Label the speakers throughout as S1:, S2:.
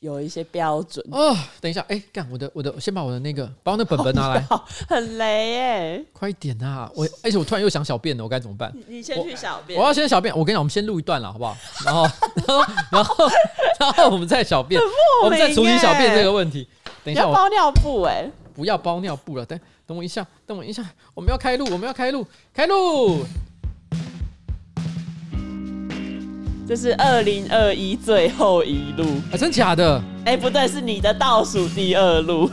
S1: 有一些标准，
S2: 哦，等一下，哎、干我的我的，先把我的那个，把我那本本拿 来，
S1: 很雷耶！
S2: 快一点啊！我而且我突然又想小便了，我该怎么办？
S1: 你你先去小便
S2: 我，要先小便，我跟你讲，我们先录一段了，好不 好？然后， 然后，然后，然后我们再小便，我们再处理小便这个问题。等
S1: 你
S2: 一下，
S1: 要
S2: 我
S1: 包尿布哎，
S2: 不要包尿布了，等等我一下，等我一下，我们要开路，我们要开路，开路！
S1: 这是二零二一最后一路，
S2: 啊，真假的？
S1: 哎，不对，是你的倒数第二路，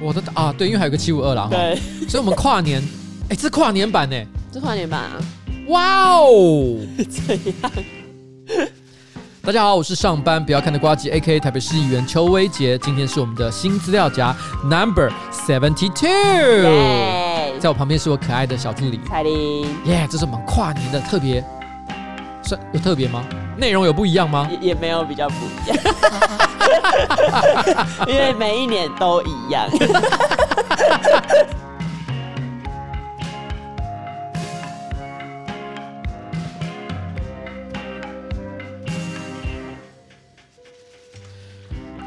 S2: 我的啊，对，因为还有个七五二啦，哈，
S1: 对，
S2: 所以我们跨年，哎、这是跨年版呢、
S1: 这跨年版 啊，
S2: 哇哦！
S1: 这样
S2: 大家好，我是上班不要看的瓜吉 A K 台北市议员邱威杰，今天是我们的新资料夹 Number Seventy Two，
S1: 耶，
S2: 在我旁边是我可爱的小助理，
S1: 彩铃
S2: 耶、这是我们跨年的特别，算有特别吗？内容有不一样吗？
S1: 也也没有比较不一 样，因为每一年都一样，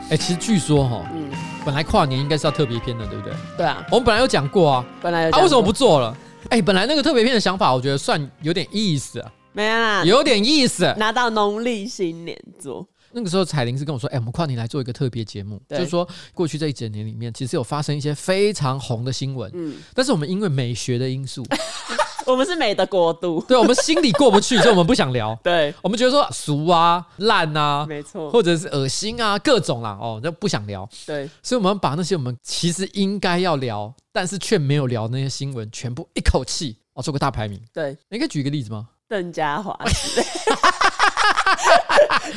S2: 哎、其实据说哈，
S1: 嗯，
S2: 本来跨年应该是要特别篇的，对不对？
S1: 对啊，
S2: 我们本来有讲过啊，
S1: 本来有
S2: 啊，
S1: 讲
S2: 为什么
S1: 过
S2: 不做了？哎、本来那个特别篇的想法，我觉得算有点意思、啊，
S1: 没有啦？
S2: 有点意思。
S1: 拿到农历新年做，
S2: 那个时候彩玲是跟我说，哎、我们跨年来做一个特别节目，就
S1: 对
S2: 是说过去这一整年里面，其实有发生一些非常红的新闻，
S1: 嗯，
S2: 但是我们因为美学的因素，
S1: 我们是美的国度，
S2: 对我们心里过不去，所以我们不想聊，
S1: 对，
S2: 我们觉得说俗啊、烂啊，
S1: 没错，
S2: 或者是恶心啊，各种啦，哦，那不想聊，
S1: 对，
S2: 所以我们把那些我们其实应该要聊，但是却没有聊那些新闻，全部一口气哦做个大排名。
S1: 对，
S2: 你可以举一个例 子吗？
S1: 邓家 华之类，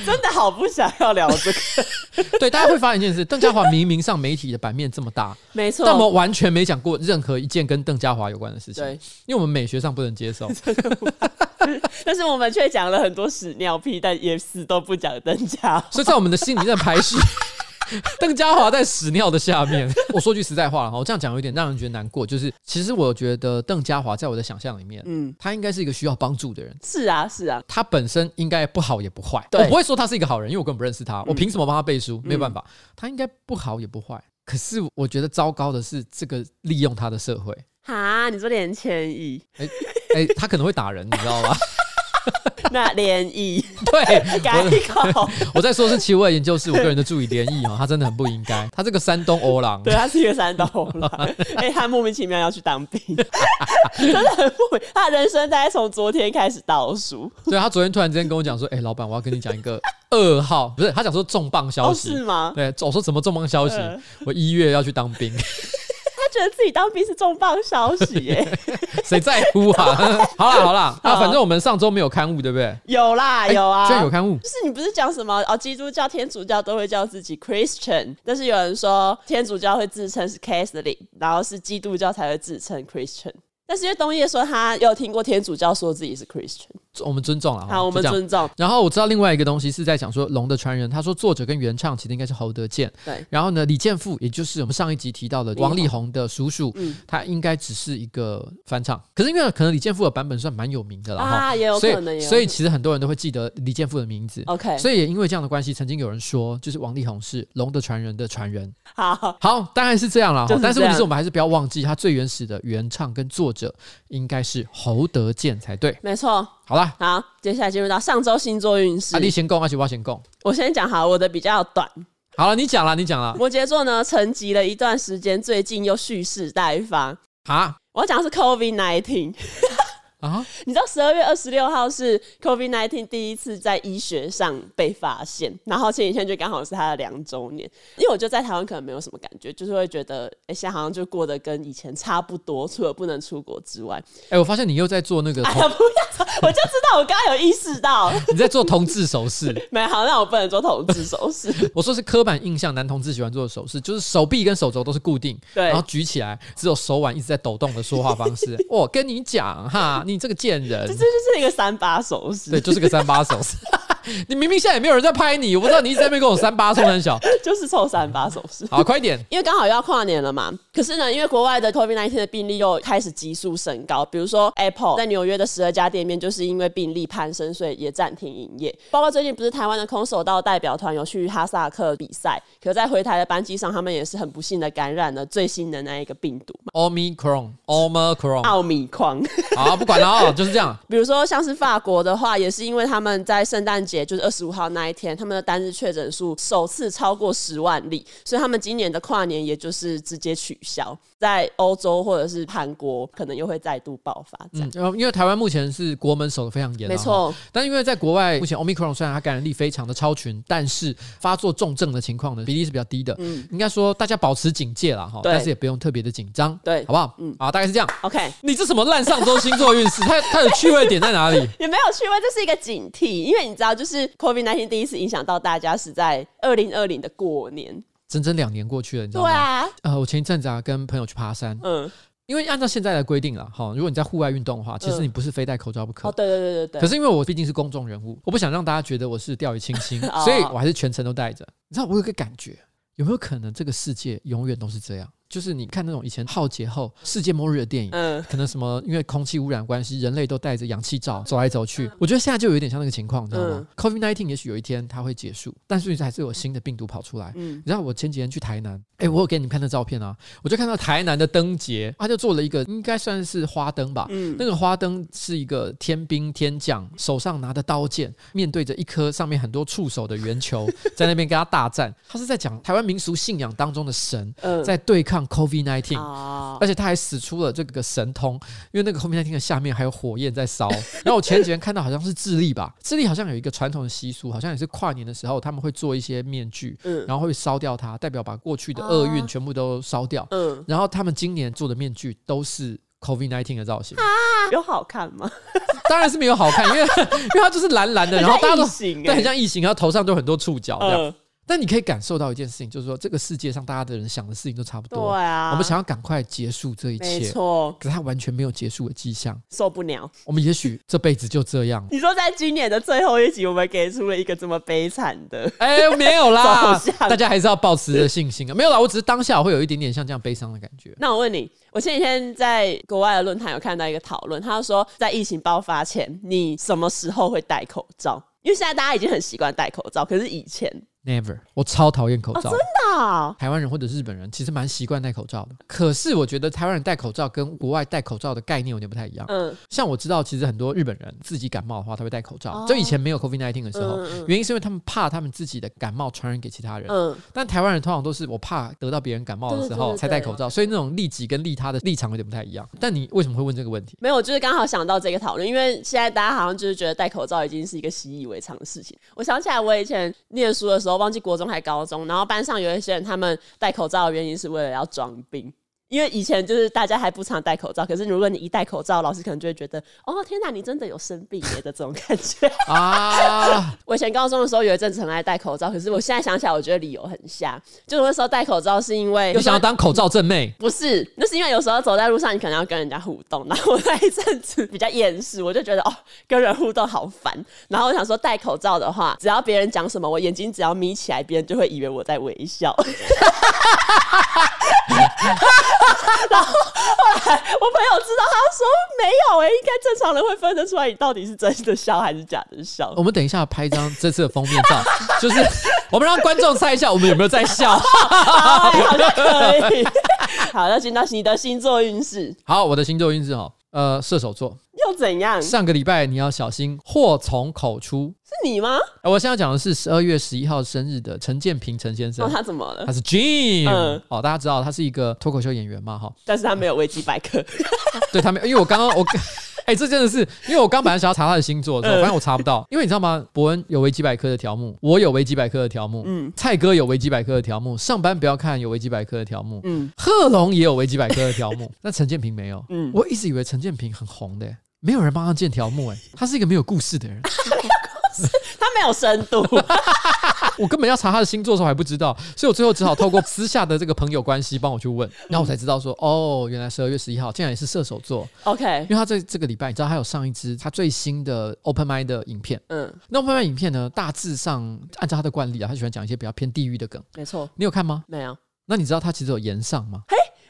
S1: 真的好不想要聊 这个。
S2: 对，大家会发现一件事，邓家华明明上媒体的版面这么 大，
S1: 没
S2: 但我们完全没讲过任何一件跟邓家华有关的事情。
S1: 对，
S2: 因为我们美学上不能接受。
S1: 但是我们却讲了很多屎尿屁，但也死都不讲邓家华。
S2: 所以在我们的心里面排序， 邓家华在屎尿的下面。 我说句实在话了哈，我这样讲有点让人觉得难过。就是其实我觉得邓家华在我的想象里面，
S1: 嗯，
S2: 他应该是一个需要帮助的人。
S1: 是啊，是啊，
S2: 他本身应该不好也不坏，嗯
S1: 对
S2: 我不会说他是一个好人，因为我根本不认识他，我凭什么帮他背书？没有办法，他应该不好也不坏。可是我觉得糟糕的是，这个利用他的社会，
S1: 哈，你说连千亿，
S2: 哎、他可能会打人，你知 道吗？
S1: 那连亿
S2: 对，
S1: 改
S2: 我
S1: 口，
S2: 我在说是奇味研究室，我个人的助理连毅哈，他真的很不应该，他这个山东欧郎，
S1: 对，他是一个山东 人，哎、他莫名其妙要去当兵， 真的很莫名。他人生大概从昨天开始倒数，
S2: 对他昨天突然之间跟我讲说，哎、老板，我要跟你讲一个噩耗，不是他讲说重磅消
S1: 哦，
S2: 息，
S1: 是吗？
S2: 对，我说什么重磅消息？
S1: 嗯
S2: 我一月要去当兵，
S1: 他觉得自己当兵是重磅消息耶、
S2: 谁在乎啊？ 好啦好 啦，啊，反正我们上周没有刊物，对不对？
S1: 有啦，
S2: 哎
S1: 有啊，
S2: 居然有刊物，
S1: 就是你不是讲什么哦，基督教、天主教都会叫自己 Christian，但是有人说天主教会自称是 Catholic，然后是基督教才会自称 Christian。但是因为东叶说他有听过天主教说自己是 Christian，
S2: 我们尊重了，
S1: 好，我
S2: 哦就
S1: 们
S2: 这样
S1: 尊重。
S2: 然后我知道另外一个东西是在讲说《龙的传人》，他说作者跟原唱其实应该是侯德健，
S1: 对
S2: 然后呢，李健富也就是我们上一集提到的王力宏的叔叔，
S1: 嗯
S2: 他应该只是一个翻唱。可是因为可能李健富的版本算蛮有名的了哈，
S1: 啊，也有
S2: 所
S1: 可能，哦也
S2: 以
S1: 有
S2: 所以
S1: 可
S2: 其实很多人都会记得李健富的名字。
S1: 能 OK，
S2: 所以也因为这样的关系，曾经有人说，就是王力宏是《龙的传人》的传人。
S1: 好，
S2: 好，当然是这样了。
S1: 就是
S2: 但是
S1: 这
S2: 问
S1: 样
S2: 题是我们还是不要忘记，他最原始的原唱跟作者应该是侯德健才对。
S1: 没错。
S2: 好啦，
S1: 好，接下来进入到上周星座运势
S2: 阿。弟先供，阿奇我先供。
S1: 我先讲好，我的比较短。
S2: 好了，你讲了，你讲了
S1: 摩羯座呢，沉寂了一段时间，最近又蓄势待发。
S2: 啊。
S1: 我要讲的是 COVID nineteen，
S2: 啊，
S1: 你知道十二月二十六号是 COVID nineteen 第一次在医学上被发现，然后前几天就刚好是它的两周年。因为我就在台湾可能没有什么感觉，就是会觉得哎、诶现在好像就过得跟以前差不多，除了不能出国之外。
S2: 哎、我发现你又在做那个
S1: 哎
S2: 同，
S1: 呀，不要！我就知道我刚刚有意识到，
S2: 你在做同志手势。
S1: 没好，那我不能做同志手势。
S2: 我说是刻板印象，男同志喜欢做的手势，就是手臂跟手肘都是固定，
S1: 对
S2: 然后举起来，只有手腕一直在抖动的说话方 式。我跟你讲哈，你这个贱人
S1: 这，就是一个三八手势
S2: 对，。就是个三八手势。 你明明现在也没有人在拍你，我不知道你一直在那边跟我三八冲三小。
S1: 就是凑三八手势。
S2: 好，快点！
S1: 因为刚好又要跨年了嘛，可是呢，因为国外的 COVID-19 的病例又开始急速升高，比如说 Apple 在纽约的十二家店面就是因为病例攀升，所以也暂停营业。包括最近不是台湾的空手道代表团有去哈萨克比赛，可在回台的班机上，他们也是很不幸的感染了最新的那一个病毒嘛，
S2: Omicron，Omicron，
S1: 奥米狂。
S2: 好，不管了哦，就是这样。
S1: 比如说像是法国的话，也是因为他们在圣诞节，就是二十五号那一天，他们的单日确诊数首次超过十万例，所以他们今年的跨年也就是直接取消。在欧洲或者是韩国，可能又会再度爆发这样。
S2: 嗯，哦然后因为台湾目前是国门守的非常严，啊
S1: 没。错，
S2: 但因为在国外，目前 Omicron 虽然它感染力非常的超群，但是发作重症的情况呢比例是比较低的。
S1: 嗯
S2: 应该说大家保持警戒啦，哈，
S1: 对
S2: 但是也不用特别的紧张，
S1: 对
S2: 好不好？嗯
S1: 嗯，
S2: 好，大概是这样。
S1: ，OK。
S2: 你这什么烂上周星座运势？它它的趣味点在哪里？
S1: 也没有趣味，这是一个警惕，因为你知道，就是 COVID 1 9第一次影响到大家是在二零二零的过年，
S2: 整整两年过去了，你知
S1: 对
S2: 道吗？
S1: 啊，
S2: 呃，我前一阵子啊跟朋友去爬山，
S1: 嗯，
S2: 因为按照现在的规定啦，哈，如果你在户外运动的话，其实
S1: 嗯
S2: 你不是非戴口罩不可
S1: 哦，。对对对对对，
S2: 可是因为我毕竟是公众人物，我不想让大家觉得我是掉以轻心，
S1: 哦
S2: 所以我还是全程都戴着。你知道我有个感觉，有没有可能这个世界永远都是这样？就是你看那种以前浩劫后世界末日的电影，
S1: 嗯，
S2: 可能什么因为空气污染关系，人类都戴着氧气罩走来走去。
S1: 嗯
S2: 我觉得现在就有点像那个情况，你知道吗、c o v i d nineteen 也许有一天它会结束，但是还是有新的病毒跑出来。
S1: 嗯
S2: 你知道我前几天去台南，哎、我有给你们看那照片啊，我就看到台南的灯节，他就做了一个应该算是花灯吧，
S1: 嗯
S2: 那个花灯是一个天兵天将，手上拿着刀剑，面对着一颗上面很多触手的 圆球，在那边跟他大战。他是在讲台湾民俗信仰当中的神
S1: 嗯
S2: 在对抗 COVID nineteen，、
S1: 啊，
S2: 而且他还使出了这个神通，因为那个 COVID nineteen 的下面还有火焰在烧。然后我前几天看到好像是智利吧， 智利好像有一个传统的习俗，好像也是跨年的时候他们会做一些面具，
S1: 嗯
S2: 然后会烧掉它，代表把过去的厄运
S1: 啊
S2: 全部都烧掉。
S1: 嗯，
S2: 然后他们今年做的面具都是 COVID nineteen 的造型。
S1: 有好看吗？
S2: 当然是没有好看，因为 因为它就是蓝蓝的，然后大家 都
S1: 很像异形
S2: 对，
S1: 欸
S2: 很像异形，然后头上都有很多触角这样。
S1: 嗯，
S2: 但你可以感受到一件事情，就是说这个世界上大家的人想的事情都差不
S1: 对
S2: 多，
S1: 啊，
S2: 我们想要赶快结束这一
S1: 没
S2: 切，
S1: 错，
S2: 可是它完全没有结束的迹象。
S1: 受不了。。
S2: 我们也许这辈子就这样
S1: 你说在今年的最后一集，我们给出了一个这么悲惨的，
S2: 哎、没有啦
S1: 走，向
S2: 大家还是要保持着信心啊。没有啦，我只是当下会有一点点像这样悲伤的感觉。
S1: 那我问你，我前几天在国外的论坛有看到一个讨论，他就说在疫情爆发前，你什么时候会戴口罩？因为现在大家已经很习惯戴口罩，可是以前
S2: Never，我超讨厌口罩。
S1: 啊，
S2: 台湾人或者日本人其实蛮习惯戴口罩的，可是我觉得台湾人戴口罩跟国外戴口罩的概念有点不太一样。
S1: 嗯
S2: 像我知道，其实很多日本人自己感冒的话，他会戴口罩。
S1: 哦
S2: 就以前没有 COVID 1 9的时候，
S1: 嗯嗯
S2: 原因是因为他们怕他们自己的感冒传染给其他人。
S1: 嗯，
S2: 但台湾人通常都是我怕得到别人感冒的时
S1: 对对对
S2: 候
S1: 对
S2: 才戴口罩，所以那种利己跟利他的立场有点不太一样。但你为什么会问这个 问题？
S1: 没有，我就是刚好想到这个讨论，因为现在大家好像就是觉得戴口罩已经是一个习以为常的事情。我想起来，我以前念书的时候，忘记国中还高中，然后班上有一些人他们戴口罩的原因是为了要装病。因为以前就是大家还不常戴口罩，可是如果你一戴口罩，老师可能就会觉得，哦天哪，你真的有生病耶的这种感 觉。
S2: 啊，
S1: 我以前高中的时候有一阵子很爱戴口罩，可是我现在想起来，我觉得理由很瞎。就是那时候戴口罩是因为
S2: 你想要当口罩正妹？
S1: 不是，那是因为有时候走在路上，你可能要跟人家互动，然后我那一阵子比较厌世，我就觉得哦，跟人互动好烦。然后我想说戴口罩的话，只要别人讲什么，我眼睛只要眯起来，别人就会以为我在微笑。 然后后来我朋友知道，他说没有欸诶、应该正常人会分得出来你到底是真的笑还是假的笑。
S2: 我们等一下拍一张这次的封面照， 就是我们让观众猜一下我们有没有在笑。
S1: 好欸好像可以。 好，那进到你的星座运势
S2: 好，我的星座运势哦，呃，射手座，
S1: 又怎样？是
S2: 上个礼拜你要小心祸从口出。
S1: 你吗？
S2: 呃我现在要讲的是十二月十一号生日的陈建平陈先
S1: 那
S2: 生，
S1: 哦他怎么了
S2: 他？是啊 Jim，、
S1: 嗯
S2: 哦，大家知道他是一个脱口秀演员嘛，哈，
S1: 但是他没有维基百科。
S2: 对他们，因为我刚刚我。哎、这真的是，因为我刚本来想要查他的星座的时候，
S1: 嗯
S2: 发现我查不到，因为你知道吗？伯恩有维基百科的条目，我有维基百科的条目，嗯，蔡哥有维基百科的条目，上班不要看有维基百科的条目，
S1: 嗯，
S2: 贺龙也有维基百科的条目，那陈建平没有。
S1: 嗯
S2: 我一直以为陈建平很红的，欸没有人欸帮他建条目，哎，他是一个没有故事的人。
S1: 他没有深度。
S2: 我根本要查他的星座的时候还不知道，所以我最后只好透过私下的这个朋友关系帮我去问，然后我才知道说，哦，原来十二月十一号竟然也是射手座，
S1: OK，
S2: 因为他这这个礼拜，你知道他有上一支他最新的 Open Mind 的影片。
S1: 嗯，
S2: 那 Open Mind 影片呢，大致上按照他的惯例啊，他喜欢讲一些比较偏地域的梗。
S1: 没错，
S2: 你有看吗？
S1: 没有，
S2: 那你知道他其实有延上吗？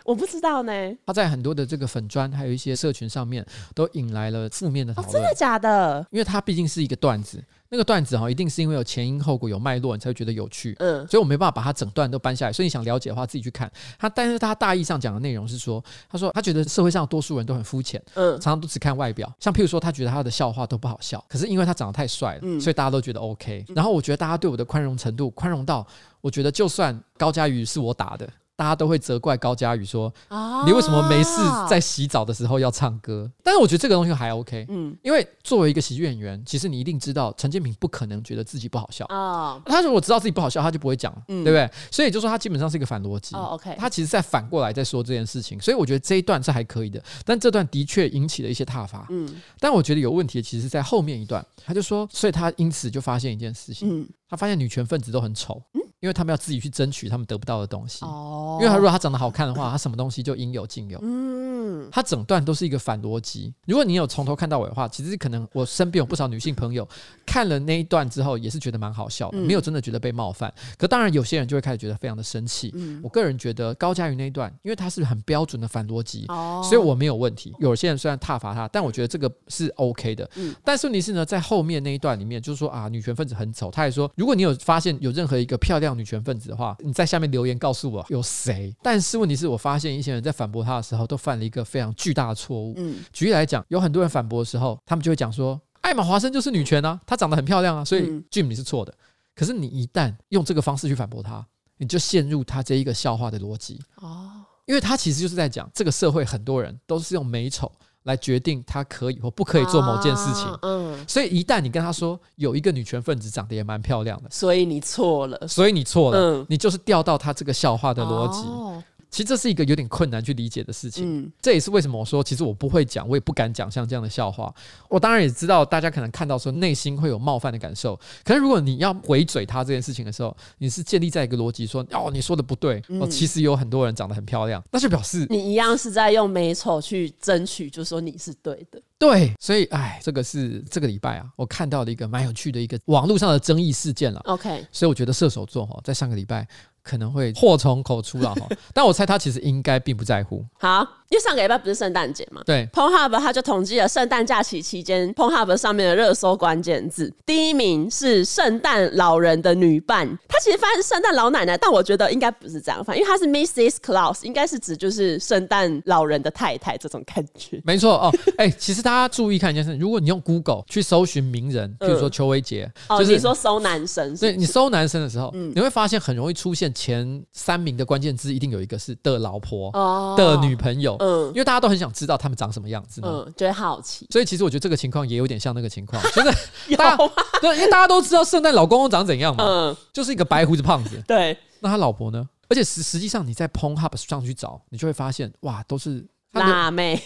S1: 我不知道呢，
S2: 他在很多的这个粉砖，还有一些社群上面，都引来了负面的讨
S1: 哦，
S2: 论
S1: 真。的假的？
S2: 因为它毕竟是一个段子，那个段子哦哈，一定是因为有前因后果、有脉络，你才会觉得有趣。
S1: 嗯
S2: 所以我没办法把它整段都搬下来，所以你想了解的话，自己去看他。但是他大意上讲的内容是说，他说他觉得社会上多数人都很肤浅，
S1: 嗯
S2: 常常都只看外表。像譬如说，他觉得他的笑话都不好笑，可是因为他长得太帅了，
S1: 嗯
S2: 所以大家都觉得 OK。然后我觉得大家对我的宽容程度，宽容到我觉得就算高佳瑜是我打的，大家都会责怪高佳瑜说
S1: 啊
S2: 你为什么没事在洗澡的时候要唱歌？但是我觉得这个东西还 OK。
S1: 嗯
S2: 因为作为一个喜剧演员，其实你一定知道陈建平不可能觉得自己不好笑。
S1: 哦
S2: 他如果知道自己不好笑，他就不会讲了，
S1: 嗯
S2: 对不对？所以就说他基本上是一个反逻辑。
S1: 哦，OK，
S2: 他其实在反过来在说这件事情，所以我觉得这一段是还可以的，但这段的确引起了一些挞伐。
S1: 嗯
S2: 但我觉得有问题的其实是在后面一段，他就说，所以他因此就发现一件事情，
S1: 嗯
S2: 他发现女权分子都很丑，因为他们要自己去争取他们得不到的东西。
S1: 哦
S2: 嗯因为他如果他长得好看的话，他什么东西就应有尽有。
S1: 嗯
S2: 它整段都是一个反逻辑。如果你有从头看到尾的话，其实可能我身边有不少女性朋友看了那一段之后，也是觉得蛮好笑的，
S1: 嗯
S2: 没有真的觉得被冒犯。可当然，有些人就会开始觉得非常的生气。
S1: 嗯
S2: 我个人觉得高佳瑜那一段，因为它是很标准的反逻辑。
S1: 哦
S2: 所以我没有问题。有些人虽然挞伐他，但我觉得这个是 OK 的。
S1: 嗯
S2: 但是问题是呢，在后面那一段里面，就是说啊，女权分子很丑。他还说，如果你有发现有任何一个漂亮女权分子的话，你在下面留言告诉我有谁。但是问题是我发现一些人在反驳他的时候，都犯了一个非常巨大的错误。
S1: 嗯
S2: 举例来讲，有很多人反驳的时候，他们就会讲说，艾玛华生就是女权啊，她长得很漂亮啊，所以
S1: 嗯
S2: Jim 你是错的。可是你一旦用这个方式去反驳他，你就陷入他这一个笑话的逻辑。
S1: 哦
S2: 因为他其实就是在讲，这个社会很多人都是用美丑来决定他可以或不可以做某件事情。
S1: 啊嗯，
S2: 所以一旦你跟他说有一个女权分子长得也蛮漂亮的，
S1: 所以你错了
S2: 所以你错了，
S1: 嗯
S2: 你就是掉到他这个笑话的逻辑。
S1: 哦
S2: 其实这是一个有点困难去理解的事情。
S1: 嗯
S2: 这也是为什么我说，其实我不会讲，我也不敢讲像这样的笑话。我当然也知道大家可能看到说内心会有冒犯的感受，可是如果你要回嘴他这件事情的时候，你是建立在一个逻辑说，哦，你说的不对，哦，
S1: 嗯
S2: 其实有很多人长得很漂亮，那就表示
S1: 你一样是在用美丑去争取，就说你是对的。
S2: 对，所以哎，这个是这个礼拜啊，我看到了一个蛮有趣的一个网络上的争议事件了。
S1: OK，
S2: 所以我觉得射手座哈，在上个礼拜可能会祸从口出了哈，但我猜他其实应该并不在乎。
S1: 好，因为上个礼拜不是圣诞节嘛。
S2: 对，
S1: Pornhub 它就统计了圣诞假期期间 Pornhub 上面的热搜关键字，第一名是圣诞老人的女伴，它其实翻是圣诞老奶奶，但我觉得应该不是这样翻，因为它是 Mrs. Claus，应该是指就是圣诞老人的太太这种感觉。
S2: 没错哦。哎、其实大家注意看一件事，如果你用 Google 去搜寻名人，比如说邱威杰，
S1: 哦，
S2: 就是
S1: 你说嗯搜男神
S2: 所以
S1: 是
S2: 你搜男生的时候，你会发现很容易出现前三名的关键字，一定有一个是的老婆、
S1: 哦
S2: 的女朋友，
S1: 嗯
S2: 因为大家都很想知道他们长什么样子嘛。
S1: 嗯，觉得好奇，
S2: 所以其实我觉得这个情况也有点像那个 情况，就是
S1: 有啊
S2: 大
S1: 吗
S2: 家？对，因为大家都知道圣诞老公公长怎样 嘛，
S1: 嗯，
S2: 就是一个白胡子胖子。
S1: 对，
S2: 那他老婆呢？而且实实际上你在 Pornhub 上去找，你就会发现哇，都是他们
S1: 辣妹，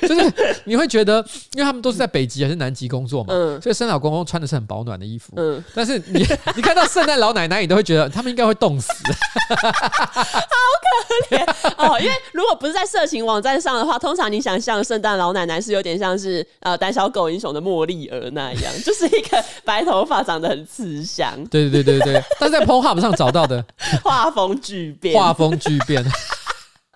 S2: 就是你会觉得，因为他们都是在北极还是南极工作嘛，
S1: 嗯
S2: 所以圣诞老公公穿的是很保暖的衣服。
S1: 嗯，
S2: 但是你你看到圣诞老奶奶，你都会觉得他们应该会冻死。
S1: 哦，因为如果不是在色情网站上的话，通常你想象圣诞老奶奶是有点像是呃胆小狗英雄的茉莉儿那样，就是一个白头发长得很慈祥，
S2: 对对对对对，但是在 Pornhub 上找到的
S1: 画风巨变。
S2: 画风巨变，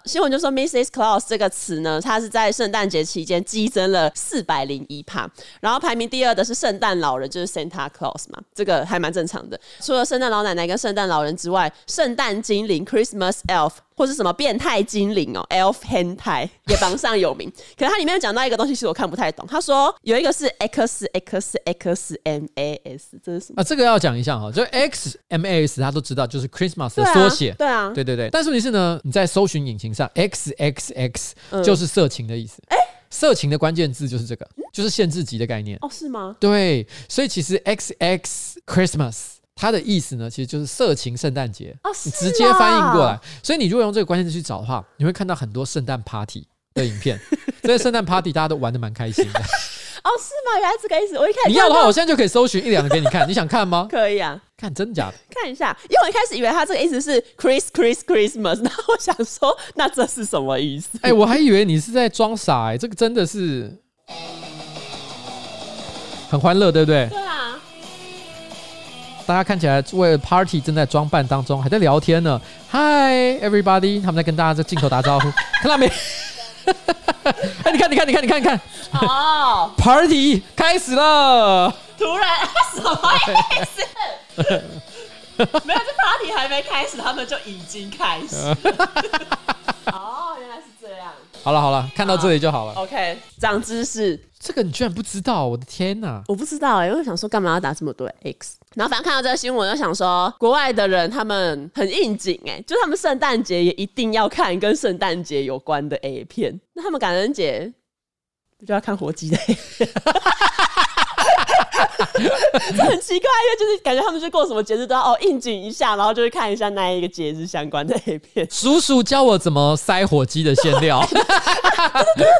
S1: 新闻就说 Mrs. Claus 这个词呢，它是在圣诞节期间激增了四百零一帕，然后排名第二的是圣诞老人，就是 Santa Claus 嘛，这个还蛮正常的。除了圣诞老奶奶跟圣诞老人之外，圣诞精灵 Christmas Elf 或是什么变态精灵哦，Elf Hentai 也榜上有名。 可是它里面有讲到一个东西，其实我看不太懂。他说有一个是 X X X M A S，这是什么？
S2: 啊，这个要讲一下哈，就 X M A S 大家都知道，就是 Christmas
S1: 对
S2: 的
S1: 啊
S2: 缩写。
S1: 对啊，
S2: 对对对，但是问题是呢，你在搜寻引擎上，X X X
S1: 嗯
S2: 就是色情的意思。色情的关键字就是这个，就是限制级的概念。
S1: 哦，是吗？
S2: 对，所以其实 X X Christmas 它的意思呢，其实就是色情圣诞节。
S1: 哦，是
S2: 你直接翻译过
S1: 啊
S2: 来，所以你如果用这个关键字去找的话， 你会看到很多圣诞 party 的影片。这些圣诞 party 大家都玩的蛮开心的，
S1: 哦，是吗？原来这个意思。我一开始
S2: 你要的话，
S1: 看到
S2: 我现在就可以搜寻一两个给你看，你想看吗？
S1: 可以啊，
S2: 看真假的？
S1: 看一下，因为我一开始以为他这个意思是 Chris Chris Christmas，然后我想说，那这是什么意思？
S2: 哎、我还以为你是在装傻、哎，这个真的是很欢乐，对不对？
S1: 对啊，
S2: 大家看起来为了 party 正在装扮当中，还在聊天呢。Hi everybody，他们在跟大家在镜头打招呼，看到没？ 哎、你看，你看，你看，你看，你看
S1: 哦，
S2: ，party 开始了。
S1: 突然什么意思？没有，这 party 还没开始，他们就已经开始。 哦，原来是这样。
S2: 好了好了，看到这里就好了。
S1: OK，长知识。
S2: 这个你居然不知道，我的天哪！
S1: 我不知道哎、因为我想说干嘛要打这么多 X，然后反正看到这个新闻，我就想说国外的人他们很应景哎、就他们圣诞节也一定要看跟圣诞节有关的 A 片，那他们感恩节不就要看活鸡的 A 片？ 这很奇怪，因为就是感觉他们去过什么节日都要哦应景一下，然后就会看一下那一个节日相关的 A 片。
S2: 叔叔教我怎么塞火鸡的馅料，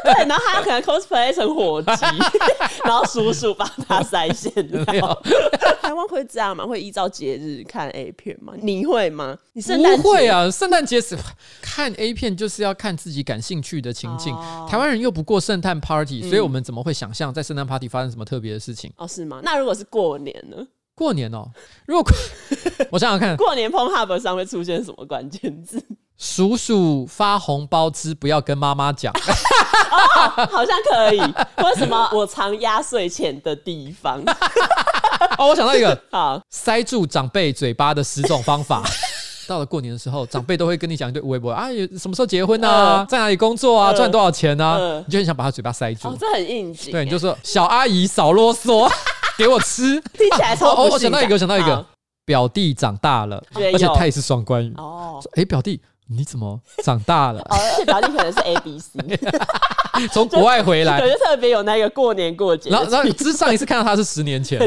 S1: 对，然后他可能 cosplay 成火鸡， 然后叔叔帮他塞线
S2: 没
S1: 料
S2: 哦有。
S1: 台湾会这样吗？会依照节日看 A 片吗？你会吗？你圣诞
S2: 不
S1: 节
S2: 会？啊！圣诞节是看 A 片就是要看自己感兴趣的情境。
S1: 哦嗯
S2: 台湾人又不过圣诞 party，、所以我们怎么会想象在圣诞 party 发生什么特别的事情？
S1: 哦，是吗？那如果是过年呢？
S2: 过 年哦，如果我想想看，
S1: 过年 p o n Hub 上会出现什么关键字？
S2: 叔叔发红包之不要跟妈妈讲，
S1: 好像可以。为什么我藏压岁钱的地方？
S2: 哦，我想到一个，
S1: 好，
S2: 塞住长辈嘴巴的十种 方法。到了过年的时候，长辈都会跟你讲一堆微博啊，有什么时候结婚啊，
S1: 嗯
S2: 在哪里工作啊，
S1: 嗯
S2: 赚多少钱啊
S1: 嗯，
S2: 你就很想把他嘴巴塞住
S1: 哦，。这很应景耶。
S2: 对，你就说小阿姨少啰嗦， 给我吃。
S1: 听起来超
S2: 哦，
S1: 不
S2: 哦我想到一个，我想到一个
S1: 好，
S2: 表弟长大了，
S1: 也
S2: 而且
S1: 有
S2: 他也是双关语。
S1: 哦。
S2: 哎，表弟，你怎么长大了？
S1: 哦，而且表弟可能是 A B C，
S2: 从国外回 来
S1: 对，，就特别有那个过年过节的
S2: 然后，然后之上一次看到他是 十年前，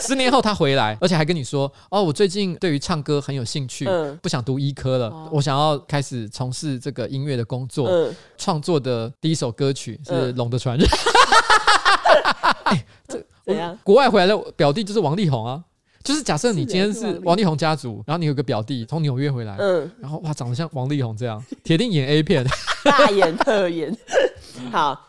S2: 十年后他回来，而且还跟你说：“哦，我最近对于唱歌很有兴趣，
S1: 嗯哦
S2: 不想读医科了，我想要开始从事这个音乐的工作。
S1: 嗯
S2: 创作的第一首歌曲是
S1: 嗯
S2: 《龙的传人》
S1: 怎样？
S2: 国外回来的表弟就是王力宏啊。就是假设你
S1: 是的
S2: 今天
S1: 是王力
S2: 是
S1: 宏
S2: 王力宏家族，然后你有个表弟从纽约回来，
S1: 嗯，
S2: 然后哇，长得像王力宏这样， 铁定演 A 片。
S1: 大眼特眼。好，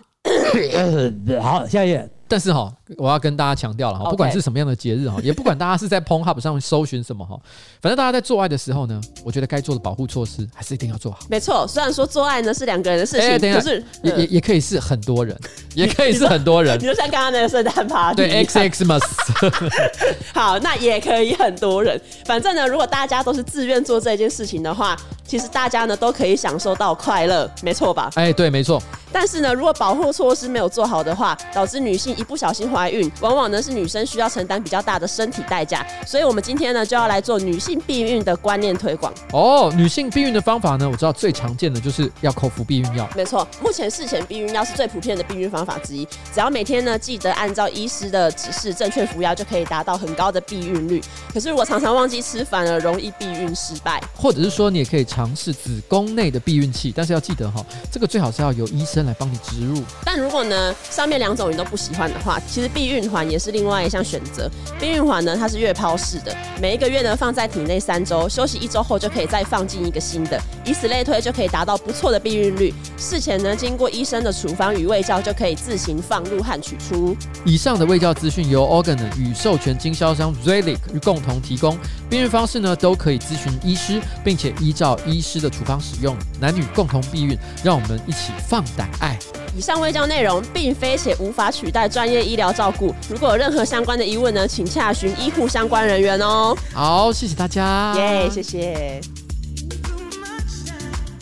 S3: 呃好，下一页。
S2: 但是哈，我要跟大家强调了哈，
S1: OK
S2: 不管是什么样的节日哈，也 不管大家是在 p o n Hub 上搜寻什么哈，反正大家在做爱的时候呢，我觉得该做的保护措施还是一定要做好。
S1: 没错。虽然说做爱呢是两个人的事情，
S2: 哎等一下
S1: 不是
S2: 也也
S1: 嗯
S2: 也可以是很多人， 也可以是很 多人
S1: 你，就像刚刚那个圣诞 party，
S2: 对
S1: 一样
S2: X X m u s
S1: 好，那也可以很多人。反正呢，如果大家都是自愿做这件事情的话，其实大家呢都可以享受到快乐，没错吧？
S2: 哎，对，没错，
S1: 但是呢，如果保护措施没有做好的话，导致女性一不小心怀孕，往往呢是女生需要承担比较大的身体代价。所以我们今天呢就要来做女性避孕的观念推广。
S2: 哦，女性避孕的方法呢，我知道最常见的就是要口服避孕药。
S1: 没错，目前事前避孕药是最普遍的避孕方法之一。只要每天呢记得按照医师的指示正确服药，就可以达到很高的避孕率。可是如果常常忘记吃，反而容易避孕失败。
S2: 或者是说，你也可以尝试子宫内的避孕器，但是要记得哈、这个最好是要由医生来帮你植入。
S1: 但如果呢上面两种你都不喜欢的话，其实避孕环也是另外一项选择。避孕环呢它是月抛式的，每一个月呢放在体内三周，休息一周后就可以再放进一个新的，以此类推就可以达到不错的避孕率。事前呢经过医生的处方与喂教，就可以自行放入和取出。
S2: 以上的卫教资讯由 Organ 与授权经销商 Relic 共同提供，避孕方式呢都可以咨询医师，并且依照医师的处方使用，男女共同避孕，让我们一起放胆爱。
S1: 以上微教内容并非且无法取代专业医疗照顾。如果有任何相关的疑问呢，请洽询医护相关人员哦。
S2: 好，谢谢大家，
S1: 耶、谢谢。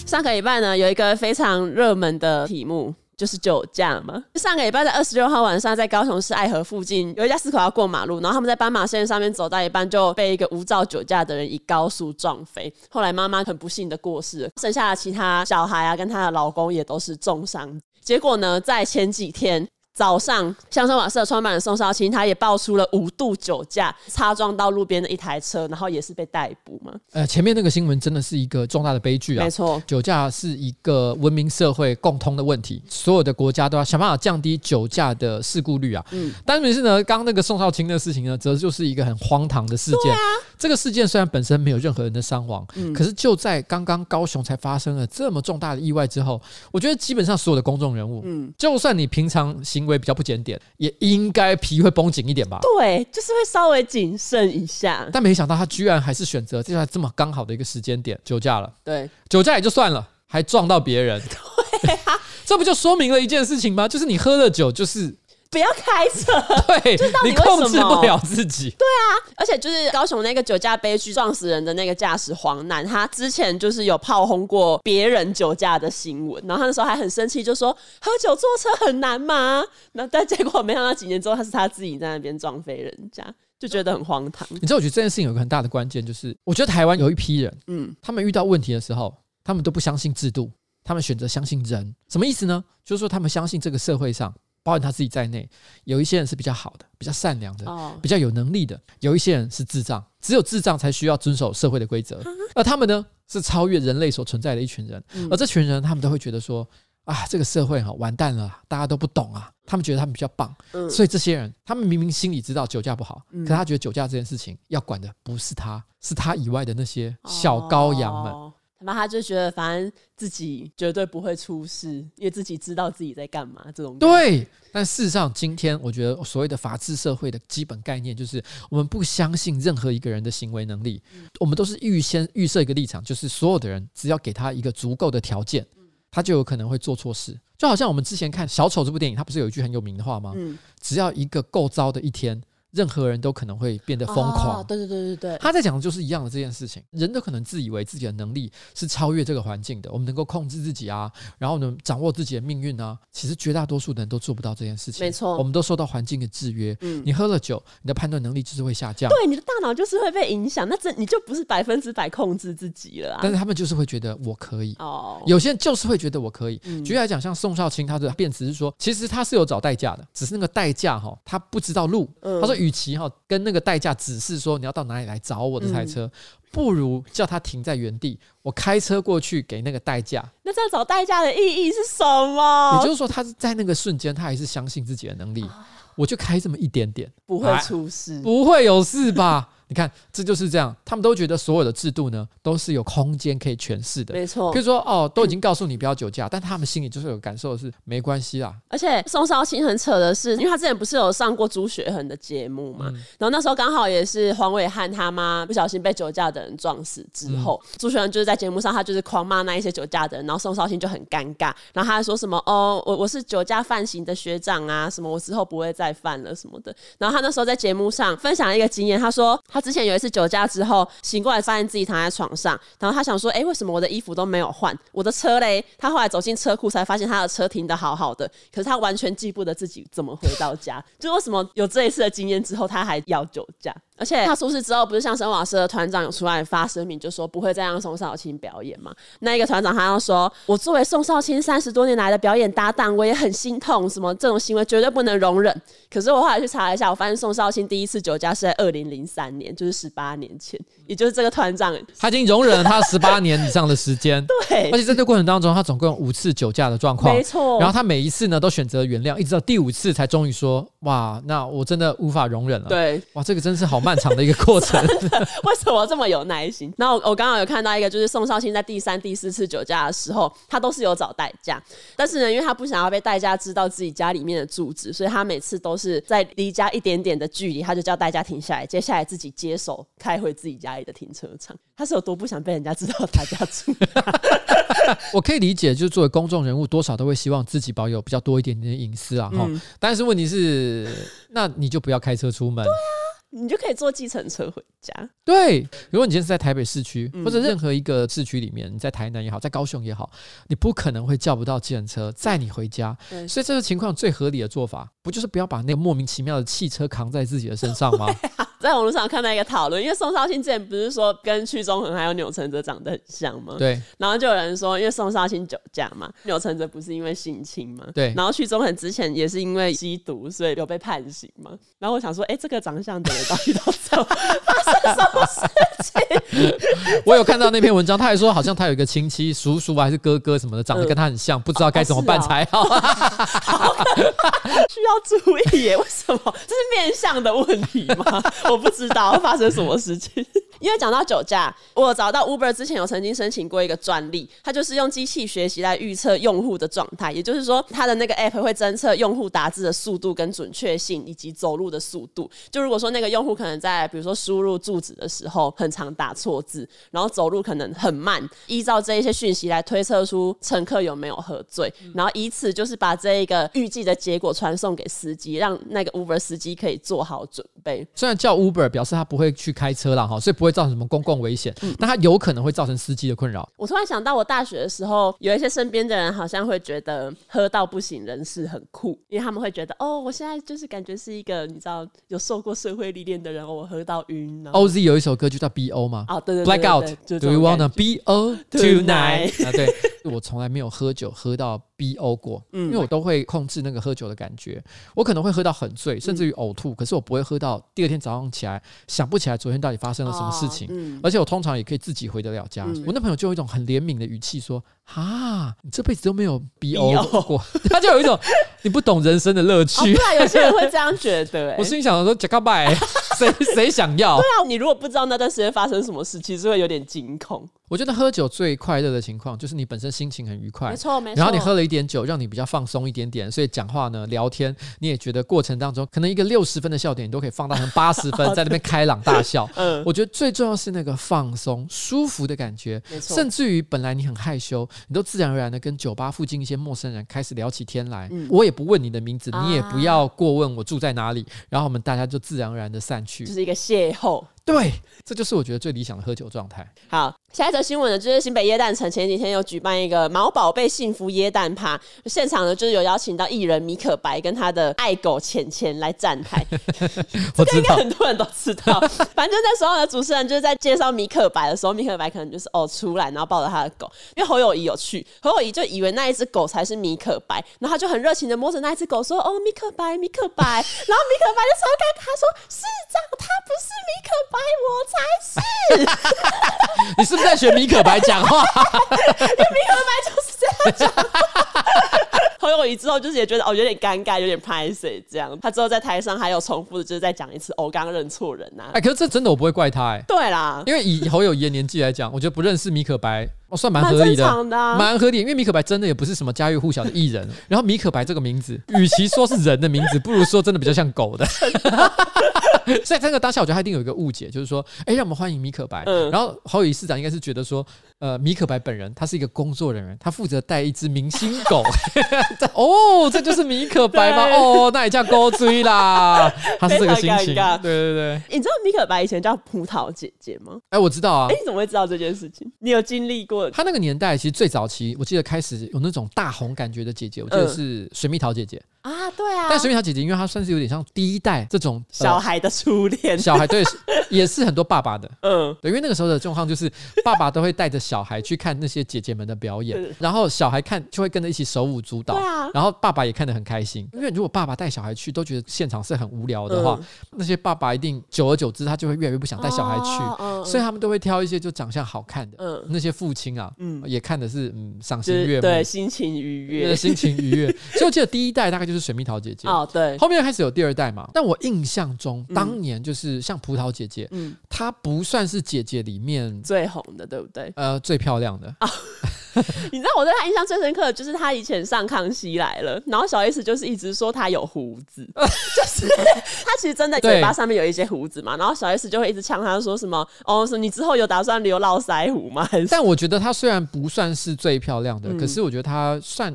S1: 上个礼拜呢，有一个非常热门的题目。就是酒驾嘛。上个礼拜在二十六号晚上，在高雄市爱河附近有一家四口要过马路，然后他们在斑马线上面走到一半，就被一个无照酒驾的人以高速撞飞。后来妈妈很不幸的过世了，剩下的其他小孩啊跟她的老公也都是重伤。结果呢，在前几天。早上，相声瓦舍创办人宋少卿，他也爆出了五度酒驾，擦撞到路边的一台车，然后也是被逮捕嘛。
S2: 呃，前面那个新闻真的是一个重大的悲剧啊
S1: 没！错，
S2: 酒驾是一个文明社会共通的问题，所有的国家都要想办法降低酒驾的事故率啊。嗯，但是呢，刚刚那个宋少卿的事情呢，则就是一个很荒唐的事
S1: 啊
S2: 件。这个事件虽然本身没有任何人的伤亡，
S1: 嗯
S2: 可是就在刚刚高雄才发生了这么重大的意外之后，我觉得基本上所有的公众人物，嗯，就算你平常行为比较不检点，也应该皮会绷紧一点吧。
S1: 对，就是会稍微谨慎一下。
S2: 但没想到他居然还是选择就在这么刚好的一个时间点酒驾了。
S1: 对，
S2: 酒驾也就算了，还撞到别人。对啊，这不就说明了一件事情吗？就是你喝了酒，就是
S1: 不要开车。
S2: 对
S1: 到底
S2: 你控制
S1: 为什么
S2: 不了自己。
S1: 而且就是高雄那个酒驾悲剧撞死人的那个驾驶黄楠，他之前就是有炮轰过别人酒驾的新闻，然后他那时候还很生气，就说喝酒坐车很难吗？那但结果没想到几年之后，他是他自己在那边撞飞人家，就觉得很荒唐。
S2: 你知道，我觉得这件事情有一个很大的关键，就是我觉得台湾有一批人，
S1: 嗯，
S2: 他们遇到问题的时候，他们都不相信制度，他们选择相信人。什么意思呢？就是说他们相信这个社会上，包含他自己在内，有一些人是比较好的、比较善良的，
S1: 哦，
S2: 比较有能力的，有一些人是智障，只有智障才需要遵守社会的规则，而他们呢是超越人类所存在的一群人，
S1: 嗯
S2: 而这群人他们都会觉得说啊，这个社会哈、完蛋了，大家都不懂啊，他们觉得他们比较棒，
S1: 嗯
S2: 所以这些人他们明明心里知道酒驾不好，
S1: 嗯
S2: 可他觉得酒驾这件事情要管的不是他，是他以外的那些小羔羊们。
S1: 哦他妈他就觉得反正自己绝对不会出事，因为自己知道自己在干嘛。这种感觉
S2: 对，但事实上，今天我觉得所谓的法治社会的基本概念就是，我们不相信任何一个人的行为能力，
S1: 嗯
S2: 我们都是预先预设一个立场，就是所有的人只要给他一个足够的条件，
S1: 嗯
S2: 他就有可能会做错事。就好像我们之前看《小丑》这部电影，它不是有一句很有名的话吗？
S1: 嗯，
S2: 只要一个够糟的一天，任何人都可能会变得疯狂
S1: 哦。对对对对对，
S2: 他在讲的就是一样的这件事情，人都可能自以为自己的能力是超越这个环境的，我们能够控制自己啊，然后呢，掌握自己的命运啊。其实绝大多数的人都做不到这件事情，
S1: 没错
S2: 我们都受到环境的制约。
S1: 嗯
S2: 你喝了酒，你的判断能力就是会下降。
S1: 对，你的大脑就是会被影响，那这你就不是百分之百控制自己了啊
S2: 但。是他们就是会觉得我可以，
S1: 哦，
S2: 有些人就是会觉得我可以。
S1: 嗯
S2: 举例来讲，像宋少卿，他的辩词是说，其实他是有找代驾的，只是那个代驾哈，他不知道路。
S1: 嗯
S2: 他说，与其哈跟那个代驾指示说你要到哪里来找我这台车，
S1: 嗯
S2: 不如叫他停在原地，我开车过去给那个代驾。
S1: 那这样找代驾的意义是什么？
S2: 也就是说，他是在那个瞬间，他还是相信自己的能力。
S1: 啊
S2: 我就开这么一点点，
S1: 不会出事。
S2: 啊不会有事吧？ 你看，这就是这样，他们都觉得所有的制度呢，都是有空间可以诠释的。
S1: 没错
S2: 比如，说哦，都已经告诉你不要酒驾，但他们心里就是有感受的是没关系啊啦，
S1: 而且宋少卿很扯的是，因为他之前不是有上过朱雪恒的节目嘛，然后那时候刚好也是黄伟汉他妈不小心被酒驾的人撞死之后，朱雪恒就是在节目上他就是狂骂那一些酒驾的人，然后宋少卿就很尴尬，然后他还说什么哦，我我是酒驾犯行的学长啊，什么我之后不会再犯了什么的。然后他那时候在节目上分享了一个经验，他说他之前有一次酒驾之后醒过来，发现自己躺在床上，然后他想说，哎，为什么我的衣服都没有换，我的车嘞？他后来走进车库才发现他的车停的好好的，可是他完全记不得自己怎么回到家，就为什么有这一次的经验之后，他还要酒驾，而且他出事之后，不是像沈老师的团长有出来发声明，就说不会再让宋少卿表演嘛？那一个团长他要说，我作为宋少卿三十多年来的表演搭档，我也很心痛，什么这种行为绝对不能容忍。可是我后来去查了一下，我发现宋少卿第一次酒驾是在二零零三年，就是十八年前，也就是这个团长
S2: 他已经容忍了他十八年以上的时间。
S1: 对
S2: 而且在这过程当中，他总共有五次酒驾的状况，
S1: 没错
S2: 然后他每一次呢都选择原谅，一直到第五次才终于说：“哇，那我真的无法容忍了。”，
S1: 对
S2: 哇，这个真是好漫长的一个过程。
S1: 为什么这么有耐心？然后我我刚刚有看到一个，就是宋少卿在第三、第四次酒驾的时候，他都是有找代驾，但是呢，因为他不想要被代驾知道自己家里面的住址，所以他每次都是在离家一点点的距离，他就叫代驾停下来，接下来自己接手开回自己家里的停车场。他是有多不想被人家知道他家住？
S2: 我可以理解，就是作为公众人物，多少都会希望自己保有比较多一点点的隐私啊，哈、
S1: 嗯
S2: 但是问题是，那你就不要开车出门。
S1: 你就可以坐计程车回家。
S2: 对，如果你今天是在台北市区，
S1: 嗯
S2: 或者任何一个市区里面，你在台南也好，在高雄也好，你不可能会叫不到计程车载你回家。
S1: 对
S2: 所以 这个情况最合理的做法，不就是不要把那个莫名其妙的汽车扛在自己的身上吗？
S1: 在网络上有看到一个讨论，因为宋少卿之前不是说跟屈中恒还有钮承泽长得很像吗？
S2: 对，
S1: 然后就有人说，因为宋少卿酒驾嘛，钮承泽不是因为性侵嘛，
S2: 对
S1: 然后屈中恒之前也是因为吸毒，所以有被判刑嘛。然后我想说，哎、这个长相的人到底都怎么发生什么事情？
S2: 我有看到那篇文章，他还说好像他有一个亲戚叔叔还是哥哥什么的，长得
S1: 嗯哦
S2: 跟他很像，不知道该怎么办才好。
S1: 需要注意耶？为什么？这是面相的问题吗？ 我不知道发生什么事情。因为讲到酒驾，我找到 Uber 之前有曾经申请过一个专利，它就是用机器学习来预测用户的状态，也就是说，它的那个 app 会侦测用户打字的速度跟准确性，以及走路的速度。就如果说那个用户可能在比如说输入住址的时候很常打错字，然后走路可能很慢，依照这一些讯息来推测出乘客有没有喝醉，然后以此就是把这一个预计的结果传送给司机，让那个 Uber 司机可以做好准备。
S2: 虽然叫 Uber 表示他不会去开车啦哈，所以不会造成什么公共危险，
S1: 嗯
S2: 但他有可能会造成司机的困扰。
S1: 我突然想到，我大学的时候有一些身边的人好像会觉得喝到不省人事很酷，因为他们会觉得哦，我现在就是感觉是一个你知道有受过社会历练的人，哦我喝到晕了。
S2: OZ 有一首歌就叫 BO 嘛，
S1: 哦对对对对对就
S2: Blackout。
S1: 这
S2: Do
S1: 种
S2: you wanna
S1: 感
S2: BO
S1: Tonight
S2: tonight？啊，对，我从来没有喝酒喝到 BO 过，
S1: 嗯
S2: 因为我都会控制那个喝酒的感觉。我可能会喝到很醉，甚至
S1: 嗯
S2: 于呕吐，可是我不会喝到第二天早上起来想不起来昨天到底发生了什么事情。
S1: 哦嗯
S2: 而且我通常也可以自己回得了家。我那朋友就有一种很怜悯的语气说：“哈，你这辈子都没有 BO 过。” 他就有一种你不懂人生的乐
S1: 哦，
S2: 趣。
S1: 不然有些人会这样觉得、欸。
S2: 我心里想说：“假告白，谁谁想要？”
S1: 对啊，你如果不知道那段时间发生什么事，其实会有点惊恐。
S2: 我觉得喝酒最快乐的情况就是你本身心情很愉快，
S1: 错，没
S2: 然后你喝了一点酒，让你比较放松一点点，所以讲话呢、聊天，你也觉得过程当中可能一个六十分的笑点，你都可以放大成八 十分，在那边开朗大笑。
S1: 嗯
S2: 我觉得最重要是那个放松、舒服的感觉
S1: 没，错
S2: 甚至于本来你很害羞，你都自然而然的跟酒吧附近一些陌生人开始聊起天来。
S1: 嗯
S2: 我也不问你的名字，你也不要过问我住在哪里，然后我们大家就自然而然的散去
S1: 啊就。是一个邂逅。
S2: 对，这就是我觉得最理想的喝酒状态。
S1: 好，下一则新闻呢，就是新北耶诞城前几天有举办一个毛宝贝幸福耶诞趴，现场呢就是有邀请到艺人米可白跟他的爱狗浅浅来站台，
S2: 我知
S1: 应该
S2: 道。
S1: 很多人都知道。 反正那时候呢，主持人就是在介绍米可白的时候，米可白可能就是哦出来，然后抱着他的狗，因为侯友谊有去，侯友谊就以为那一只狗才是米可白，然后他就很热情的摸着那一只狗说：“哦，米可白，米可 白。”然后米可白就超尴尬说：“市长，他不是米可白，我才是。”
S2: 你是不是在学米可白讲话？
S1: 明白就是这样讲。 侯友谊之后就是也觉得哦有点尴尬，有点拍谁这样。他之后在台上还有重复的，就是再讲一次“哦，刚刚认错人呐、啊
S2: 哎、可是这真的我不会怪他哎、”。
S1: 对啦，
S2: 因为以侯友谊的年纪来讲，我觉得不认识米可白，哦，算蛮
S1: 蛮
S2: 合理的
S1: 正，常的啊
S2: 蛮合理。因为米可白真的也不是什么家喻户晓的艺 人，然后米可白这个名字，与其说是人的名字，不如说真的比较像狗的。 所以这个当下，我觉得他一定有一个误解，就是说，哎、让我们欢迎米可白。
S1: 嗯
S2: 然后侯友谊市长应该是觉得说，呃，米可白本人他是一个工作人员，他负责带一只明星 狗。 这哦，这就是米可白吗？
S1: 对
S2: 哦，那也叫狗追啦。他是这个
S1: 非
S2: 心
S1: 常
S2: 情，
S1: 尴尬
S2: 对对对。哎、
S1: 你知道米可白以前叫葡萄姐姐吗？
S2: 我知道啊。
S1: 哎、你怎么会知道这件事情？你有经历过？
S2: 他那个年代其实最早期，我记得开始有那种大红感觉的姐姐，我记
S1: 嗯
S2: 得是水蜜桃姐姐。
S1: 啊，对啊
S2: 但水蜜桃姐姐，因为她算是有点像第一代这种、呃
S1: 小孩的初恋，
S2: 小孩，对，也是很多爸爸的。
S1: 嗯，
S2: 对，因为那个时候的状况就是，爸爸都会带着小孩去看那些姐姐们的表演
S1: 嗯，
S2: 然后小孩看就会跟着一起手舞足蹈，
S1: 对啊
S2: 然后爸爸也看得很开心。因为如果爸爸带小孩去都觉得现场是很无聊的话，
S1: 嗯
S2: 那些爸爸一定久而久之他就会越来越不想带小孩去，
S1: 哦嗯嗯
S2: 所以他们都会挑一些就长相好看的，
S1: 嗯
S2: 那些父亲啊，也看的是嗯赏
S1: 就
S2: 心悦
S1: 是
S2: 目，
S1: 对心情愉
S2: 呃
S1: 悦。
S2: 心情愉 悦。所以我记得第一代大概就是水蜜桃姐姐，
S1: 哦，对，
S2: 后面开始有第二代嘛，但我印象中，当年就是像葡萄姐姐，
S1: 嗯
S2: 她不算是姐姐里面
S1: 最红的，对不对？
S2: 呃最漂亮的，
S1: 啊你知道我对他印象最深刻的就是他以前上《康熙来了》，然后小 S 就是一直说他有胡 子，就是他其实真的
S2: 对
S1: 嘴巴上面有一些胡子嘛，然后小 S 就会一直呛他说什么哦，说你之后有打算留络腮胡吗？还是
S2: 但我觉得她虽然不算是最漂亮的，可是我觉得她算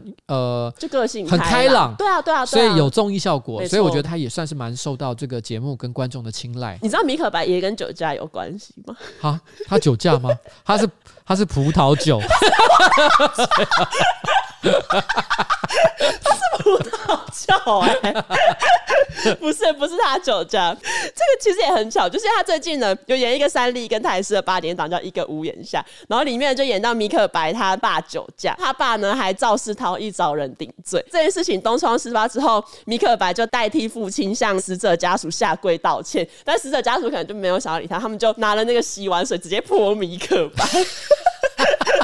S1: 嗯
S2: 呃。
S1: 就个性
S2: 很开朗
S1: 对啊，对啊，
S2: 所
S1: 对啊
S2: 以有。综艺效果，
S1: 没错
S2: 所以我觉得她也算是蛮受到这个节目跟观众的青睐。
S1: 你知道米可白也跟酒驾有关系吗？
S2: 哈，她酒驾吗？她是她是葡萄酒，
S1: 葡萄酒哎、不是不是他酒家，这个其实也很巧，就是他最近呢有演一个三立跟台视的八点档叫《一个屋檐下》，然后里面就演到米可白他爸酒驾，他爸呢还肇事逃逸找人顶罪。这件事情东窗事发之后，米可白就代替父亲向死者家属下跪道歉，但死者家属可能就没有想要理他，他们就拿了那个洗碗水直接泼米可白。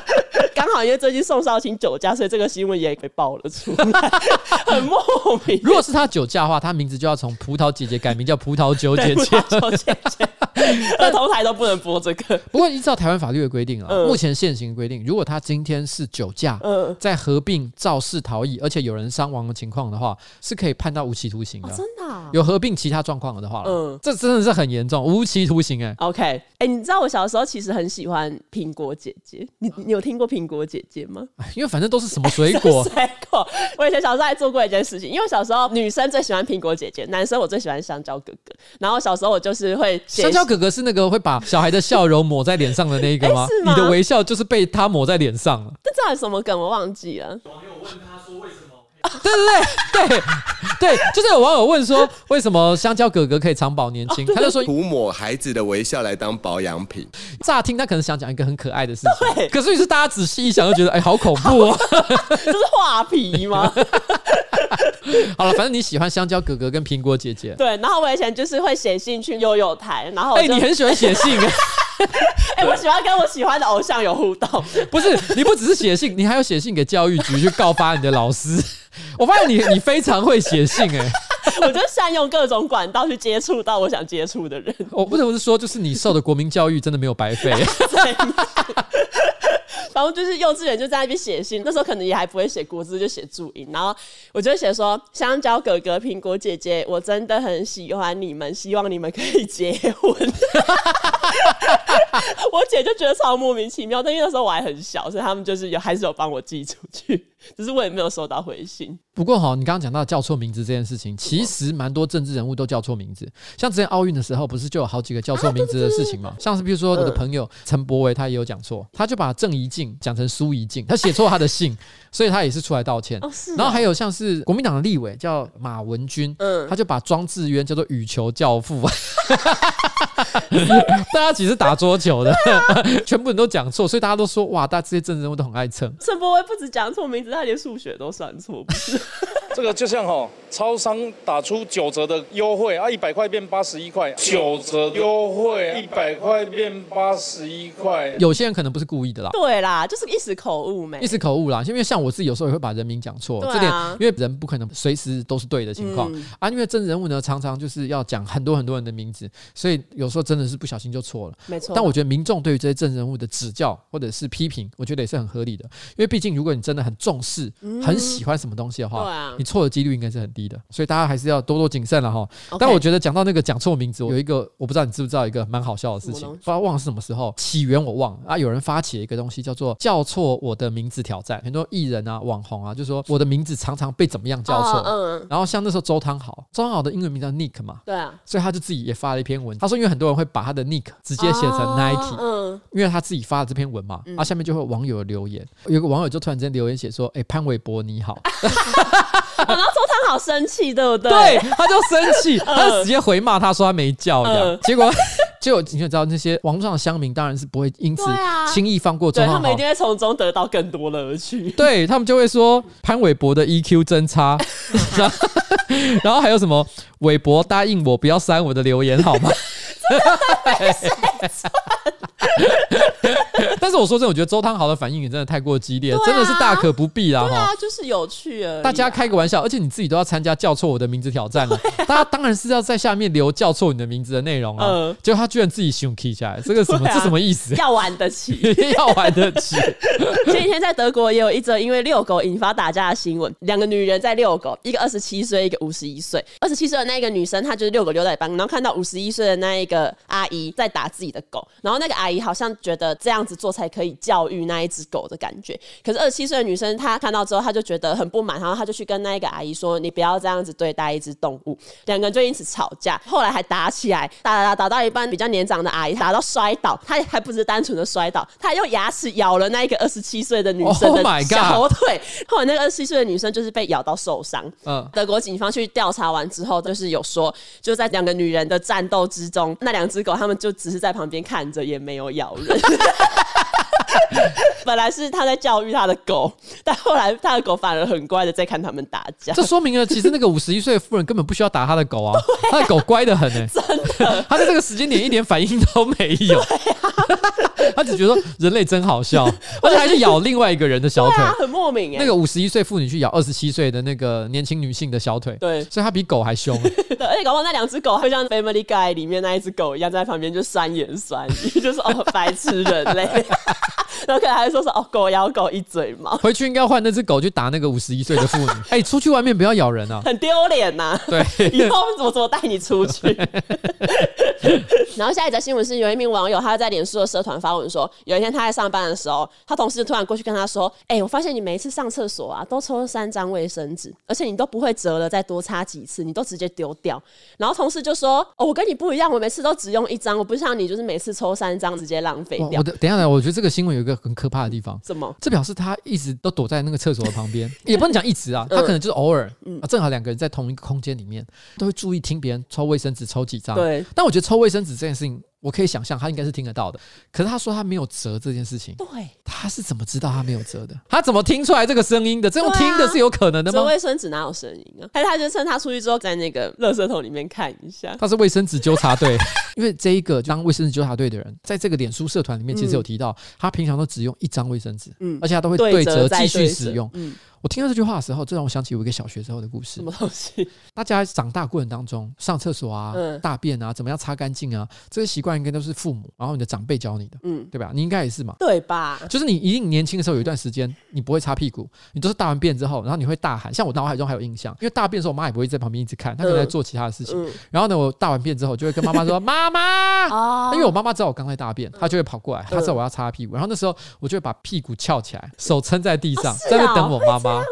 S1: 刚好因为最近宋少卿酒驾，所以这个新闻也给爆了出来， 很莫名。
S2: 如果是他酒驾的话，他名字就要从葡萄姐姐改名叫葡萄酒姐
S1: 对，不
S2: 姐。
S1: 要求姐 姐，儿童台都不能播这个。
S2: 不过依照台湾法律的规定啊，
S1: 嗯
S2: 目前现行规定，如果他今天是酒驾，
S1: 嗯
S2: 在合并肇事逃逸，而且有人伤亡的情况的话，是可以判到无期徒刑的。
S1: 哦，真的、啊、
S2: 有合并其他状况的话，嗯
S1: 嗯，
S2: 这真的是很严重，无期徒刑哎、
S1: OK，哎、你知道我小时候其实很喜欢苹果姐姐，你你有听过苹果姐姐 吗？
S2: 哎因为反正都是什么水 果，
S1: 水果。我以前小时候还做过一件事情，因为我小时候女生最喜欢苹果姐姐，男生我最喜欢香蕉哥哥。然后小时候我就是会写
S2: 香蕉哥哥是那个会把小孩的笑容抹在脸上的那一个吗
S1: 哎是？
S2: 你
S1: 吗
S2: 的微笑就是被他抹在脸上了，
S1: 这到底什么梗我忘记了。
S2: 对对对对对，就是有网友问说，为什么香蕉哥哥可以长保年轻？他就说，
S4: 涂抹孩子的微笑来当保养品。
S2: 乍听他可能想讲一个很可爱的事情，
S1: 对
S2: 可是于是大家仔细一想，就觉得哎、好恐怖哦。
S1: 这是画皮吗？
S2: 好了，反正你喜欢香蕉哥哥跟苹果姐姐，
S1: 对，然后我以前就是会写信去悠悠台，然后我
S2: 哎、
S1: 就
S2: 你很喜欢写信、啊。
S1: 哎、我喜欢跟我喜欢的偶像有互动，
S2: 不是，你不只是写信，你还要写信给教育局去告发你的老师。 我发现你你非常会写信哎、
S1: 我就善用各种管道去接触到我想接触的人。
S2: 我不得不说，就是你受的国民教育真的没有白费。
S1: 对反正就是幼稚园就在那边写信，那时候可能也还不会写国字，就写注音。然后我就会写说：“香蕉哥哥、苹果姐姐，我真的很喜欢你们，希望你们可以结婚。” 我姐就觉得超莫名其妙，但因为那时候我还很小，所以他们就是有还是有帮我寄出去，只是我也没有收到回信。
S2: 不过哈，你刚刚讲到叫错名字这件事情，其实蛮多政治人物都叫错名字。像之前奥运的时候，不是就有好几个叫错名字的事情
S1: 嗯
S2: 嘛？像是比如说我的朋友陈柏维，他也有讲错，他就把郑怡静讲成苏怡静，他写错他的 姓，所以他也是出来道歉。
S1: 哦，是、
S2: 然后还有像是国民党的立委叫马文君，
S1: 嗯
S2: 他就把庄智渊叫做羽球教 父，大家其实打桌球的，全部人都讲错，所以大家都说哇，大家这些政治人物都很爱蹭。
S1: 陈柏威不止讲错名字，他连数学都算错，不是？
S5: 这个就像哦，超商打出九折的优惠啊，一百块变八十一块，九折优惠，一百块变八十一块。
S2: 有些人可能不是故意的啦。
S1: 对啦，就是一时口误没
S2: 一。时口误啦，因为像我自己有时候也会把人名讲错，
S1: 对啊嗯
S2: 这点因为人不可能随时都是对的情况、啊，因为真人物呢常常就是要讲很多很多人的名字，所以有时候真的是不小心就错了。
S1: 没错
S2: 但我觉得民众对于这些政人物的指教或者是批评，我觉得也是很合理的，因为毕竟如果你真的很重视、很喜欢什么东西的话，
S1: 嗯对啊
S2: 你错的几率应该是很低的，所以大家还是要多多谨慎了哈。但我觉得讲到那个讲错名字，我有一个我不知道你知不知道一个蛮好笑的事
S1: 什
S2: 情，
S1: 么
S2: 不
S1: 东
S2: 知道忘了是什么时候起源我忘了啊。有人发起了一个东西叫做“叫错我的名字挑战”，很多艺人啊、网红啊就说我的名字常常被怎么样叫错。
S1: 哦嗯，
S2: 然后像那时候周汤豪，周汤豪的英文名叫 Nick 嘛，
S1: 对啊，
S2: 所以他就自己也发了一篇文，他说因为很多人会把他的 Nick 直接写成 Nike，、
S1: 哦嗯
S2: 因为他自己发了这篇文嘛，啊，下面就会有网友留言，有个网友就突然间留言写说：“哎、潘玮柏你好。”
S1: 嗯，哦然后周汤好生气，对不对？
S2: 对，他就生 气，他就直接回骂他说他没叫这样，
S1: 嗯
S2: 结果 就你就知道那些网络上的乡民当然是不会因此
S1: 对啊
S2: 轻易放过
S1: 对
S2: 钟
S1: 他
S2: 汉
S1: 们
S2: 豪
S1: 一定。会从中得到更多乐趣。
S2: 对他们就会说潘玮柏的 EQ 真差，然后 然后还有什么玮柏答应我不要删我的留言好吗？ 但是我说真的，我觉得周汤豪的反应也真的太过激烈，
S1: 对啊
S2: 真的是大可不必啦
S1: 对
S2: 哈
S1: 啊。，就是有趣而已啊。
S2: 大家开个玩笑，而且你自己都要参加叫错我的名字挑战 了，
S1: 啊
S2: 大家当然是要在下面留叫错你的名字的内容啊。
S1: 嗯
S2: 结果他居然自己胸 key 下来，这个什么、
S1: 对啊
S2: 这什么意思？
S1: 要玩得起。
S2: 要玩得起？
S1: 前几天在德国也有一则因为遛狗引发打架的新闻，两个女人在遛狗，一个二十七岁，一个五十一岁。二十七岁的那一个女生，她就是遛狗遛到一半，然后看到五十一岁的那一个阿姨在打自己己的狗，然后那个阿姨好像觉得这样子做才可以教育那一只狗的感觉。可是二十七岁的女生她看到之后，她就觉得很不满，然后她就去跟那一个阿姨说：“你不要这样子对待一只动物。”两个人就因此吵架，后来还打起来，打打打打到一半，比较年长的阿姨打到摔倒，她还不是单纯的摔倒，她还用牙齿咬了那一个二十七岁的女生
S2: Oh
S1: 的
S2: my
S1: 小
S2: God
S1: 后退。后来那个二十七岁的女生就是被咬到受伤。
S2: 嗯
S1: 德国警方去调查完之后，就是有说，就在两个女人的战斗之中，那两只狗他们就只是在旁边看着，也没有咬人。 本来是他在教育他的狗，但后来他的狗反而很乖的在看他们打架。
S2: 这说明了，其实那个五十一岁的妇人根本不需要打他的狗啊，他的狗乖得很呢、真的，他在这个时间点一点反应都没有， 他只觉得说人类真好笑，而且还去咬另外一个人的小
S1: 对
S2: 腿。
S1: 啊，很莫名哎、
S2: 那个五十一岁妇女去咬二十七岁的那个年轻女性的小腿，
S1: 对
S2: 所以她比狗还凶。
S1: 对，而且搞不好那两只狗会像《Family Guy》里面那一只狗一样，在旁边就酸言酸语， 就是哦，白痴人类。 然后可能还会说说哦，狗咬狗一嘴毛，
S2: 回去应该换那只狗去打那个五十一岁的妇女。哎、出去外面不要咬人啊！
S1: 很丢脸呐。
S2: 对，
S1: 以后我怎么带你出 去？然后下一则新闻是，有一名网友他在脸书的社团发文说，有一天他在上班的时候，他同事突然过去跟他说：“哎、我发现你每一次上厕所啊，都抽三张卫生纸，而且你都不会折了再多擦几次，你都直接丢掉。”然后同事就说：“哦，我跟你不一样，我每次都只用一张，我不像你，就是每次抽三张直接浪费
S2: 我
S1: 掉
S2: 我。的等一下来，我觉得这个新闻有一个很可怕的地方”。
S1: 怎么？
S2: 这表示他一直都躲在那个厕所的 旁边，也不能讲一直
S1: 嗯
S2: 啊，他可能就是偶尔、啊，正好两个人在同一个空间里面，都会注意听别人抽卫生纸抽几张。
S1: 对，
S2: 但我觉得抽卫生纸这件事情，我可以想象他应该是听得到的。可是他说他没有折这件事情，
S1: 对。
S2: 他是怎么知道他没有折的？他怎么听出来这个声音的？这种
S1: 对啊
S2: 听的是有可能的
S1: 折
S2: 吗？
S1: 卫生纸哪有声音啊？还是他就趁他出去之后，在那个垃圾桶里面看一下。
S2: 他是卫生纸纠察队， 因为这一个当卫生纸纠察队的人，在这个脸书社团里面其实有提到，他平常都只用一张卫生纸，
S1: 嗯
S2: 而且他都会
S1: 对
S2: 对
S1: 折
S2: 折
S1: 再
S2: 继
S1: 对
S2: 续
S1: 折
S2: 使用。
S1: 嗯，
S2: 我听到这句话的时候，这让我想起我一个小学时候的故事
S1: 什。么东西？
S2: 大家长大过程当中，上厕所啊、
S1: 嗯
S2: 大便啊，怎么样擦干净啊，这些习惯应该都是父母，然后你的长辈教你的，
S1: 嗯，
S2: 对吧？你应该也是嘛。
S1: 对吧？
S2: 就是你一定年轻的时候有一段时间，你不会擦屁股，你都是大完便之后，然后你会大喊。像我脑海中还有印象，因为大便的时候，我妈也不会在旁边一直看，她可能在
S1: 嗯
S2: 做其他的事情。
S1: 嗯
S2: 然后呢，我大完便之后就会跟妈妈说：“妈妈。”
S1: 哦
S2: 因为我妈妈知道我刚才大便，她就会跑过来，她知道我要擦屁股。然后那时候我就会把屁股翘起来，手撑在地上，
S1: 是
S2: 在
S1: 哦
S2: 那等我妈妈。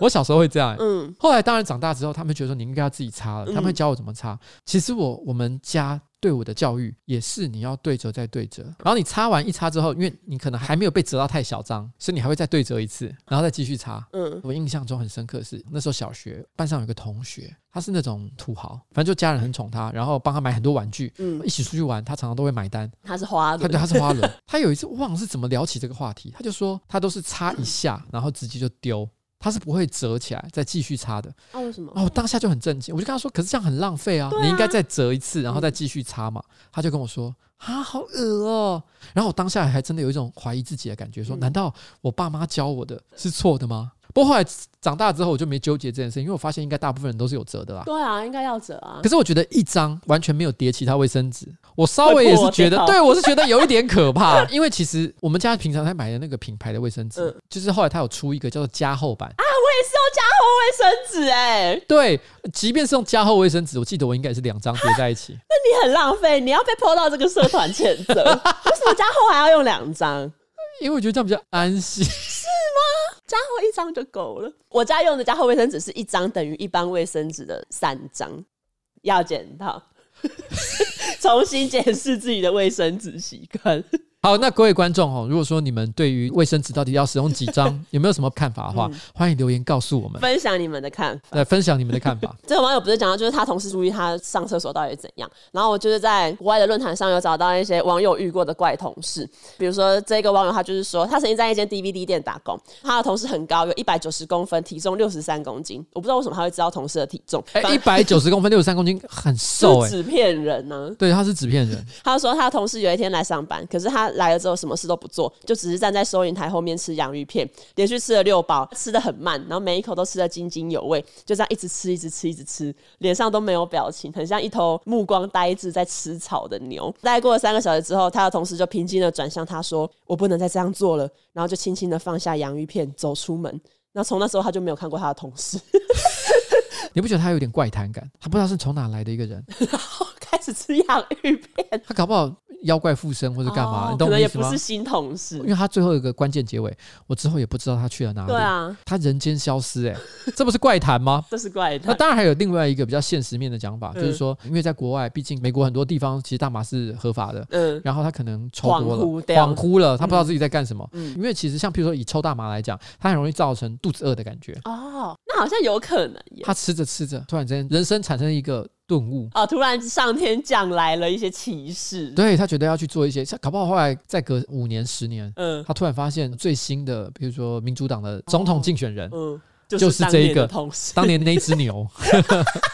S2: 我小时候会这样、欸
S1: 嗯
S2: 后来当然长大之后，他们觉得说你应该要自己擦了，他们会教我怎么擦。其实我我们家对我的教育也是你要对折再对折，然后你擦完一擦之后，因为你可能还没有被折到太小张，所以你还会再对折一次，然后再继续擦。
S1: 嗯，
S2: 我印象中很深刻是那时候小学班上有个同学，他是那种土豪，反正就家人很宠他，然后帮他买很多玩具，
S1: 嗯
S2: 一起出去玩，他常常都会买单。
S1: 他是花
S2: 他
S1: 轮
S2: 对，他是花轮。 他有一次忘了是怎么聊起这个话题，他就说他都是擦一下，然后直接就丢，他是不会折起来再继续擦的。
S1: 啊？为什么？
S2: 然后我哦当下就很震惊，我就跟他说：“可是这样很浪费啊，
S1: 对啊
S2: 你应该再折一次，然后再继续擦嘛。他就跟我说：“啊，好恶哦、然后我当下还真的有一种怀疑自己的感觉，
S1: 嗯
S2: 说：“难道我爸妈教我的是错的吗？”不过后来长大之后，我就没纠结这件事，因为我发现应该大部分人都是有折的啦。
S1: 对啊，应该要折啊
S2: 可。是我觉得一张完全没有叠其他卫生纸，我稍微也是觉
S1: 会
S2: 得，
S1: 破掉
S2: 对我是觉得有一点可怕，因为其实我们家平常在买的那个品牌的卫生纸，
S1: 嗯
S2: 就是后来它有出一个叫做加厚版，
S1: 我也是用加厚卫生纸哎、
S2: 对，即便是用加厚卫生纸，我记得我应该也是两张叠在一 起，
S1: 那你很浪费，你要被泼到这个社团谴责。 为什么加厚还要用两张？
S2: 因为我觉得这样比较安心。
S1: 加厚一张就够了。我家用的加厚卫生纸是一张等于一般卫生纸的三张，要检讨， 重新检视自己的卫生纸习惯。
S2: 好，那各位观众哦，如果说你们对于卫生纸到底要使用几 张，有没有什么看法的话，欢迎留言告诉我们，
S1: 嗯分享你们的看法。
S2: 来分享你们的看法。
S1: 这个网友不是讲到，就是他同事注意他上厕所到底怎样。然后我就是在国外的论坛上有找到一些网友遇过的怪同事，比如说这个网友他就是说，他曾经在一间 DVD 店打工，他的同事很高，有一百九十公分，体重六十三公斤。我不知道为什么他会知道同事的体重，
S2: 哎、
S1: 反
S2: 一百九十公分，六十三公斤，很瘦
S1: 就是
S2: 哎、
S1: 纸片人啊呢、
S2: 对，他是纸片人，
S1: 他说他同事有一天来上班，可是他来了之后什么事都不做，就只是站在收银台后面吃洋芋片，连续吃了六包，吃的很慢，然后每一口都吃的津津有味，就这样一直吃，一直吃，一直吃，脸上都没有表情，很像一头目光呆滞在吃草的牛。大概过了三个小时之后，他的同事就平静的转向他说：“我不能再这样做了。”然后就轻轻的放下洋芋片，走出门。那从那时候他就没有看过他的同事，
S2: 你不觉得他有点怪谈感？他不知道是从哪来的一个人，
S1: 开始吃洋芋片。
S2: 他搞不好妖怪附身或者干
S1: 哦
S2: 嘛，你
S1: 可
S2: 懂
S1: 能
S2: 我的意
S1: 也
S2: 思
S1: 不
S2: 吗
S1: 是？新同事
S2: 因。为他最后有一个关键结尾，我之后也不知道他去了哪里。
S1: 对啊，
S2: 他人间消失、欸，这不是怪谈吗？
S1: 这是怪
S2: 那
S1: 谈。
S2: 当然还有另外一个比较现实面的讲法，就
S1: 嗯
S2: 是说，因为在国外，毕竟美国很多地方其实大麻是合法的，
S1: 嗯，
S2: 然后他可能抽多
S1: 恍
S2: 了，
S1: 惚掉嗯
S2: 恍惚了，他不知道自己在干什么。因为其实像譬如说以抽大麻来讲，它很容易造成肚子饿的感觉。
S1: 哦，那好像有可能耶。
S2: 他吃着吃着，突然之间人生产生一个顿悟，
S1: 哦，突然上天降来了一些歧视。，
S2: 对他觉得要去做一些，像搞不好后来再隔五年十年，
S1: 嗯
S2: 他突然发现最新的，比如说民主党的总统竞选人，
S1: 嗯，
S2: 就是
S1: 当
S2: 这一
S1: 年的
S2: 个
S1: 同事。
S2: 当年那只牛，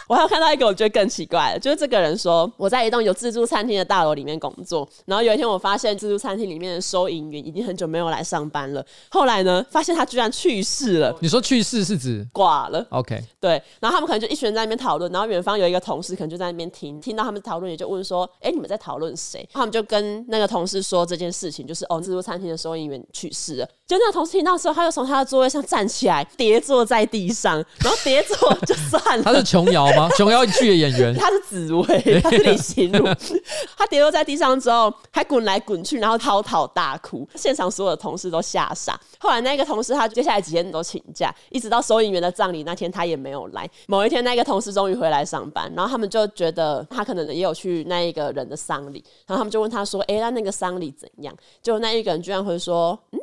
S1: 我还有看到一个我觉得更奇怪的，就是这个人说我在一栋有自助餐厅的大楼里面工作，然后有一天我发现自助餐厅里面的收银员已经很久没有来上班了，后来呢发现他居然去世了，
S2: 你说去世是指
S1: 挂了。
S2: OK？
S1: 对，然后他们可能就一群人在那边讨论，然后远方有一个同事可能就在那边听，听到他们讨论，也就问说：“哎，你们在讨论谁？”他们就跟那个同事说这件事情，就是哦，自助餐厅的收银员去世了。就那个同事听到之后，他就从他的座位上站起来，跌坐在地上，然后跌坐 就算
S2: 他
S1: 了
S2: 是。琼瑶吗？ 琼瑶剧的演员，
S1: 他是紫薇，他是李心如。 他跌落在地上之后，还滚来滚去，然后嚎啕大哭。现场所有的同事都吓傻。后来那个同事他接下来几天都请假，一直到收银员的葬礼那天他也没有来。某一天那个同事终于回来上班，然后他们就觉得他可能也有去那一个人的丧礼，然后他们就问他说：“诶，那那个丧礼怎样？”结果那一个人居然会说：“嗯，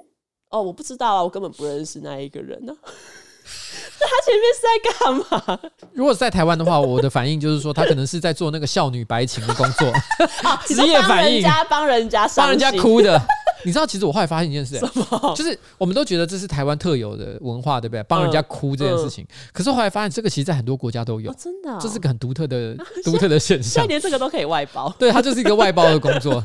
S1: 哦，我不知道啊，我根本不认识那一个人呢、那 他前面是在干嘛？
S2: 如果是在台湾的话，我的反应就是说，他可能是在做那个少女白情的工 作，职业反应
S1: 帮人，家帮人家伤
S2: 帮人家
S1: 心
S2: 哭的。你知道，其实我后来发现一件事、就是我们都觉得这是台湾特有的文化，对不对？帮人家哭这件事情，可是后来发现这个其实在很多国家都有
S1: 嗯哦，，真的哦、
S2: 这是个很独 特的、独特的现
S1: 现在
S2: 象。
S1: 连这个都可以外 包。
S2: 对他就是一个外包的工 作，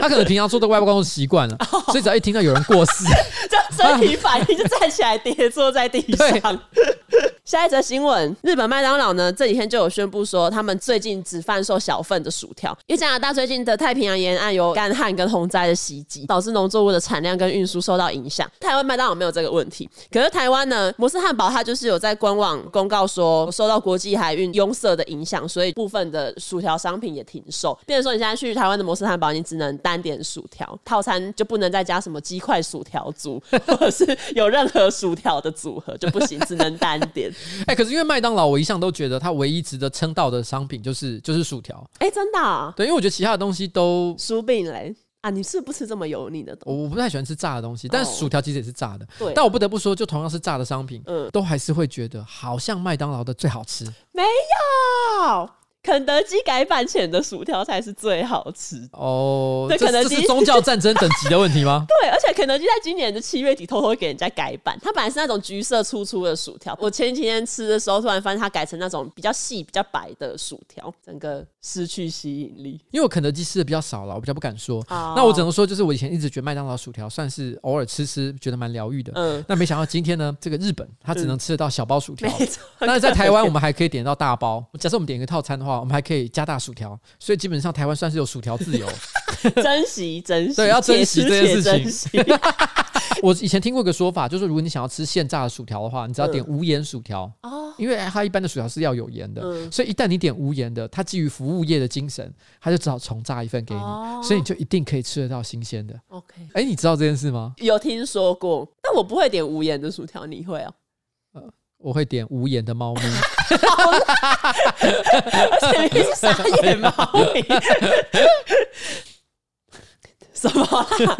S2: 他可能平常做的外包工作习惯了，
S1: 哦
S2: 所以只要一听到有人过世，
S1: 这
S2: 啊
S1: 身体反应就站起来跌坐在地上。 下一则新闻，日本麦当劳呢这几天就有宣布说，他们最近只贩售小份的薯条，因为加拿大最近的太平洋沿岸有干旱跟洪灾的袭击，导致农作物的产量跟运输受到影响。台湾麦当劳没有这个问题，可是台湾呢，摩斯汉堡它就是有在官网公告说，受到国际海运拥塞的影响，所以部分的薯条商品也停售。变成说，你现在去台湾的摩斯汉堡，你只能单点薯条，套餐就不能再加什么鸡块薯条组，或者是有任何薯条的组合就不行，只能单点。
S2: 哎、可是因为麦当劳，我一向都觉得它唯一值得称道的商品就是就是薯条，
S1: 哎、真的、啊，
S2: 对，因为我觉得其他的东西都
S1: 薯饼嘞啊，你是不吃这么油腻的东
S2: 我我不太喜欢吃炸的东西，但
S1: 哦
S2: 薯条其实也是炸的。
S1: 对
S2: 但我不得不说，就同样是炸的商品，
S1: 嗯
S2: 都还是会觉得好像麦当劳的最好吃。
S1: 没有，肯德基改版前的薯条才是最好吃的。
S2: 哦，
S1: 对
S2: 这
S1: 肯德
S2: 这
S1: 基
S2: 是宗教战争等级的问题吗？
S1: 对，而且肯德基在今年的七月底偷偷给人家改版，它本来是那种橘色粗粗的薯条，我前几天吃的时候突然发现它改成那种比较细、比较白的薯条，整个失去吸引力。
S2: 因为我肯德基吃的比较少了，我比较不敢说。
S1: 哦
S2: 那我只能说，就是我以前一直觉得麦当劳薯条算是偶尔吃吃，觉得蛮疗愈的。
S1: 嗯
S2: 那没想到今天呢，这个日本它只能吃得到小包薯条。
S1: 没错，
S2: 但是在台湾，我们还可以点到大包。假设我们点一个套餐的话，我们还可以加大薯条，所以基本上台湾算是有薯条自由。
S1: 珍惜珍惜，
S2: 对要珍惜
S1: 且
S2: 这件事情
S1: 且珍惜
S2: 我以前听过一个说法，就是如果你想要吃现炸的薯条的话，你只要点无盐薯条，
S1: 嗯哦
S2: 因为它一般的薯条是要有盐的，
S1: 嗯
S2: 所以一旦你点无盐的，它基于服务业的精神，它就只好重炸一份给你，
S1: 哦
S2: 所以你就一定可以吃得到新鲜的。
S1: OK，
S2: 哎，你知道这件事吗？
S1: 有听说过，但我不会点无盐的薯条，你会哦？
S2: 我会点无盐的猫咪，
S1: 而且你是傻眼猫咪。什么啦？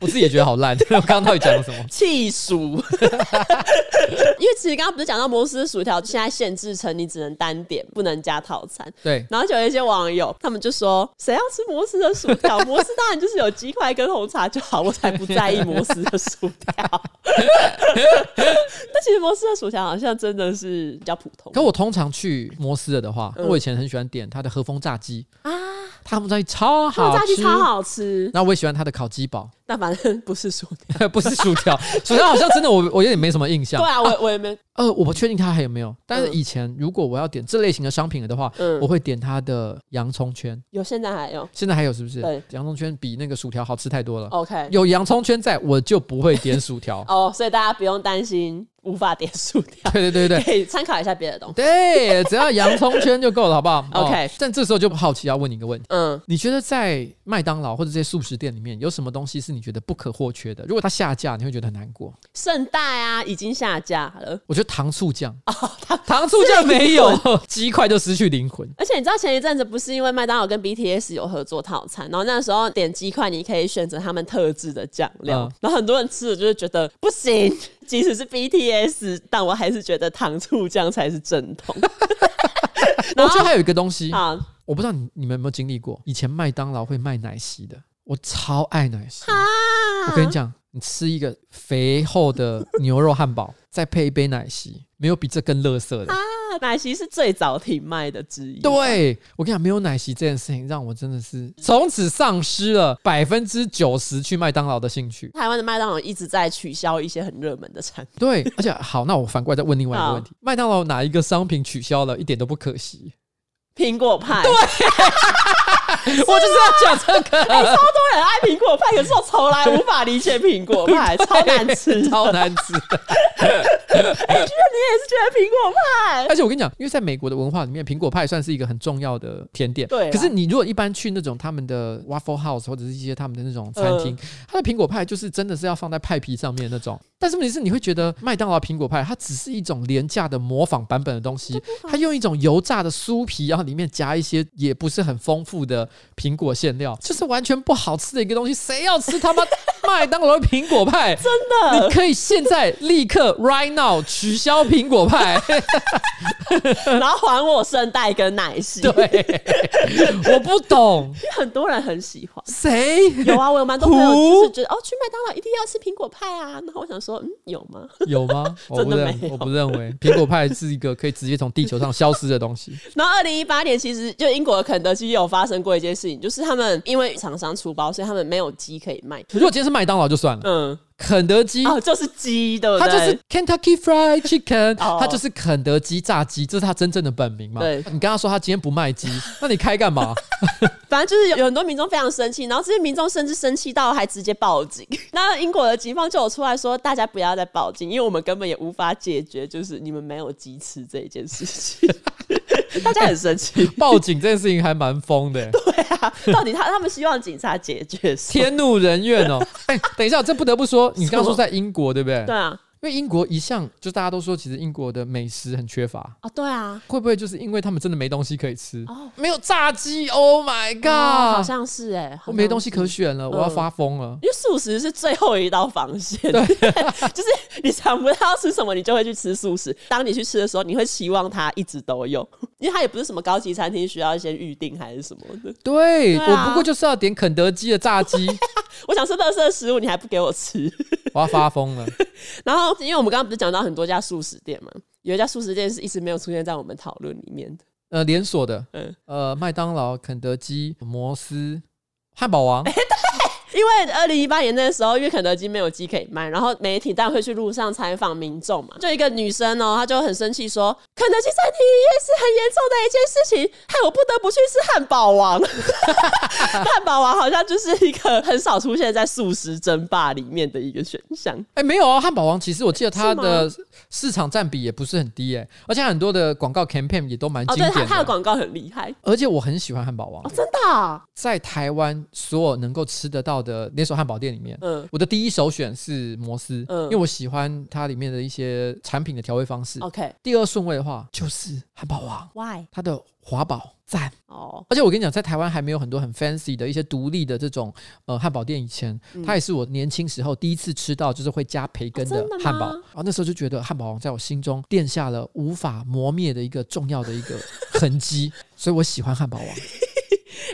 S2: 我自己也觉得好烂。 我刚刚到底讲了什么？
S1: 气薯，因为其实刚刚不是讲到摩斯薯条现在限制成你只能单点，不能加套餐。
S2: 对，
S1: 然后就有一些网友，他们就说：“谁要吃摩斯的薯条？摩斯当然就是有鸡块跟红茶就好，我才不在意摩斯的薯条。”但其实摩斯的薯条好像真的是比较普通
S2: 可我通常去摩斯的话，
S1: 嗯
S2: 我以前很喜欢点它的和风炸鸡，
S1: 啊，
S2: 它和风炸鸡超
S1: 他
S2: 好
S1: 们炸鸡
S2: 吃，
S1: 超好吃。
S2: 然后我也喜欢它的烤鸡堡，
S1: 但反正不是薯条。
S2: 不是薯条，薯条好像真的我我有点没什么印象
S1: 对。啊，我我也没
S2: 呃，我不确定它还有没有，但是
S1: 嗯
S2: 以前如果我要点这类型的商品的话，
S1: 嗯
S2: 我会点它的洋葱圈，
S1: 有，现在还有。
S2: 现在还有是不是
S1: 对？
S2: 洋葱圈比那个薯条好吃太多了。
S1: OK，。
S2: 有洋葱圈在，我就不会点薯条
S1: 哦，所以大家不用担心无法点薯条，
S2: 对对对对
S1: 可以参考一下别的东西。
S2: 对，只要洋葱圈就够了，好不好
S1: OK
S2: 哦但这时候就好奇要问你一个问题。
S1: 嗯，
S2: 你觉得在麦当劳或者这些素食店里面有什么东西是你觉得不可或缺的？如果它下架，你会觉得很难过。
S1: 圣代啊已经下架了，
S2: 我觉得糖醋酱，
S1: 哦
S2: 糖醋酱没有，鸡块就失去灵魂。
S1: 而且你知道前一阵子不是因为麦当劳跟 BTS 有合作套餐，然后那时候点鸡块你可以选择他们特制的酱料，
S2: 嗯
S1: 然后很多人吃了就是觉得不行， 即使是 BTS，但我还是觉得糖醋酱才是正 统。
S2: 我觉得还有一个东西，
S1: 啊，
S2: 我不知道你你们有没有经历过，以前麦当劳会卖奶昔的，我超爱奶昔。我跟你讲，你吃一个肥厚的牛肉汉堡，再配一杯奶昔，没有比这更乐色的。
S1: 那奶昔是最早停卖的之一。
S2: 对我跟你讲，没有奶昔这件事情，让我真的是从此丧失了百分之九十去麦当劳的兴趣。
S1: 台湾的麦当劳一直在取消一些很热门的产品，
S2: 对，而且好，那我反过来再问另外一个问题：麦当劳哪一个商品取消了，一点都不可惜？
S1: 苹果派。对，很
S2: 我就是要讲这个，
S1: 多人爱苹果派，可是我从来无法理解苹果派，超难吃。你
S2: 超难吃。
S1: 也是觉得苹果派？
S2: 而且我跟你讲，因为在美国的文化里面，苹果派算是一个很重要的甜点。
S1: 对啦
S2: 可是你如果一般去那种他们的 Waffle House 或者是一些他们的那种
S1: 呃
S2: 餐厅，它的苹果派就是真的是要放在派皮上面那种。但是问题是，你会觉得麦当劳苹果派它只是一种廉价的模仿版本的东西，它用一种油炸的酥皮，然后里面夹一些也不是很丰富的苹果馅料，就是完全不好吃的一个东西。谁要吃 他妈麦当劳苹果派？真
S1: 的
S2: 你可以现在立刻 right now 取消苹果派。
S1: 然后还我圣代跟奶昔，
S2: 啊对，我不懂
S1: 很多人很喜欢。
S2: 谁
S1: 有啊，我有蛮多朋友就
S2: 胡
S1: 是觉得哦，去麦当劳一定要吃苹果派啊。然后我想说，嗯，有吗？
S2: 有吗？我
S1: 真
S2: 不
S1: 的
S2: 认
S1: 没，有
S2: 我不认为苹果派是一个可以直接从地球上消失的 东西。
S1: 然后二零一八年，其实就英国的肯德基也有发生过一件事情，就是他们因为厂商出包，所以他们没有鸡可以卖。
S2: 如果今天是麦当劳就算了，
S1: 嗯，
S2: 肯德基。
S1: 哦，就是鸡，对不
S2: 它
S1: 对？
S2: 就是 Kentucky Fried Chicken，
S1: 哦
S2: 它就是肯德基炸鸡，这是它真正的本名嘛？
S1: 对
S2: 你跟他说他今天不卖鸡， 那你开干嘛？
S1: 反正就是有有很多民众非常生气，然后这些民众甚至生气到还直接报警。 那英国的警方就有出来说，大家不要再报警，因为我们根本也无法解决，就是你们没有鸡吃这一件事情。 大家很生 气，
S2: 报警这件事情还蛮疯的，
S1: 对啊，到底他他们希望警察解决什么？
S2: 天怒人怨哦。哎，等一下，这不得不说，你刚刚说
S1: 什么
S2: 在英国对不对？
S1: 对啊，
S2: 因为英国一向就大家都说，其实英国的美食很缺乏，
S1: 啊对啊，
S2: 会不会就是因为他们真的没东西可以吃？
S1: 哦
S2: 没有炸鸡，Oh my
S1: 哦
S2: god！
S1: 好像是哎、
S2: 我没东西可
S1: 选。
S2: 选了，
S1: 嗯
S2: 我要发疯了。
S1: 因为素食是最后一道防线， 就是你想不到吃什么，你就会去吃素食。当你去吃的时候，你会期望它一直都有，因为它也不是什么高级餐厅需要先预定还是什么的。
S2: 对
S1: 对啊
S2: 我不过就是要点肯德基的 炸鸡，
S1: 我想吃垃圾食物，你还不给我吃。
S2: 我要发疯了。
S1: 然后，因为我们刚刚不是讲到很多家素食店嘛，有一家素食店是一直没有出现在我们讨论里面的。
S2: 呃，连锁的，
S1: 嗯
S2: 呃，麦当劳、肯德基、摩斯、汉堡 王，
S1: 因为二零一八年那时候，因为肯德基没有鸡可以卖，然后媒体当然会去路上采访民众嘛。就一个女生哦，她就很生气说，肯德基暂停营业是很严重的一件事情，害我不得不去吃汉堡 王。汉堡王好像就是一个很少出现在素食争霸里面的一个选项。
S2: 哎，没有啊，汉堡王其实我记得它
S1: 是吗
S2: 的市场占比也不是很低，哎，而且很多的广告 campaign 也都蛮
S1: 哦，
S2: 经
S1: 对，
S2: 典
S1: 它它的
S2: 的。
S1: 广告很厉害
S2: 而且我很喜欢汉堡王
S1: 哦，，真的啊、
S2: 在台湾所有能够吃得到的连锁汉堡店里面，
S1: 嗯
S2: 我的第一首选是摩斯，
S1: 嗯
S2: 因为我喜欢它里面的一些产品的啊调味方式。
S1: ，OK，Why？、
S2: 第二顺位的话就是汉堡王，它的华堡赞。
S1: 哦，
S2: 而且我跟你讲，在台湾还没有很多很 fancy 的一些独立的这种呃汉堡店，以前、它也是我年轻时候第一次吃到，就是会加培根
S1: 嗯哦
S2: 的
S1: 真的吗
S2: 汉堡。然后那时候就觉得汉堡王在我心中奠下了无法磨灭的一个重要的一个 痕迹，所以我喜欢汉堡王。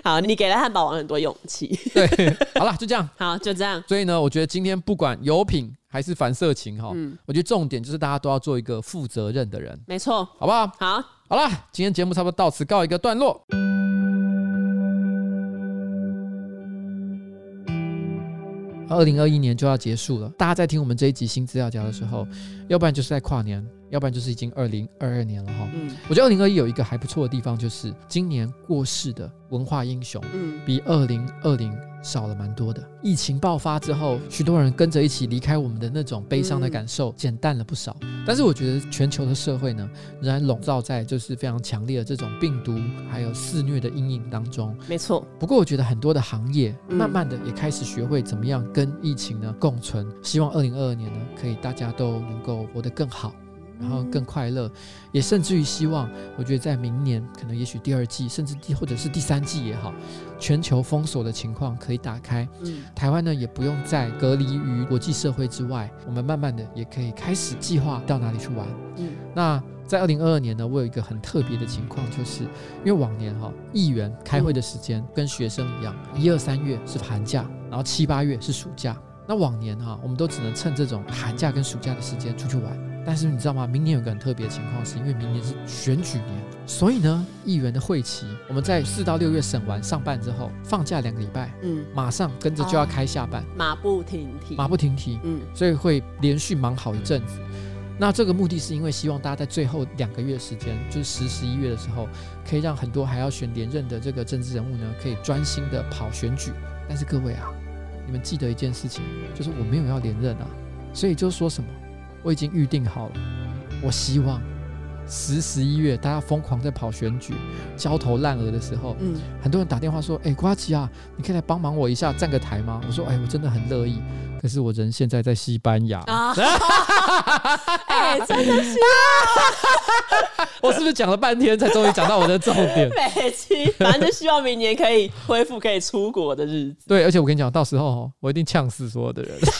S1: 好，你给了汉堡王很多勇气。
S2: 对，好啦，就这样。
S1: 好，就这样。
S2: 所以呢，我觉得今天不管油品还是反色情哈，我觉得重点就是大家都要做一个负责任的人，
S1: 没错，
S2: 好不好？
S1: 好，
S2: 好啦，今天节目差不多到此告一个段落。二零二一年就要结束了，大家在听我们这一集新资料夹的时候，要不然就是在跨年，要不然就是已经二零二二年了哈。
S1: 嗯
S2: 我觉得二零二一有一个还不错的地方，就是今年过世的文化英雄
S1: 嗯
S2: 比二零二零少了蛮多的。疫情爆发之后，许多人跟着一起离开我们的那种悲伤的感受减淡了不少。但是我觉得全球的社会呢，仍然笼罩在就是非常强烈的这种病毒还有肆虐的阴影当中。
S1: 没错，
S2: 不过我觉得很多的行业
S1: 嗯
S2: 慢慢的也开始学会怎么样跟疫情呢共存。希望二零二二年呢，可以大家都能够活得更好。然后更快乐，也甚至于希望，我觉得在明年可能也许第二季，甚至第或者是第三季也好，全球封锁的情况可以打开，
S1: 嗯
S2: 台湾呢也不用再隔离于国际社会之外，我们慢慢的也可以开始计划到哪里去玩。
S1: 嗯，
S2: 那在二零二二年呢，我有一个很特别的情况，就是因为往年哈、议员开会的时间跟学生一样，一二三月是寒假，然后七八月是暑假。那往年哈、我们都只能趁这种寒假跟暑假的时间出去玩。但是你知道吗？明年有个很特别的情况，是因为明年是选举年，所以呢，议员的会期我们在四到六月审完上半之后，放假两个礼拜，
S1: 嗯，
S2: 马上跟着就要开下班，
S1: 马不停蹄，
S2: 马不停蹄，
S1: 嗯
S2: 所以会连续忙好一阵子。那这个目的是因为希望大家在最后两个月时间，就是十、十一月的时候，可以让很多还要选连任的这个政治人物呢，可以专心的跑选举。但是各位啊，你们记得一件事情，就是我没有要连任啊，所以就说什么，我已经预定好了，我希望十、十一月大家疯狂在跑选举、焦头烂额的时候，
S1: 嗯
S2: 很多人打电话说：“哎、瓜吉啊，你可以来帮忙我一下，站个台吗？”我说：“哎、我真的很乐意，可是我人现在在西班牙。
S1: 啊， 哎，真的是？
S2: 我是不是讲了半天才终于讲到我的重 点
S1: 北京，反正就希望明年可以恢复可以出国的日子，
S2: 对，而且我跟你讲，到时候哦我一定呛死所有的人，
S1: 这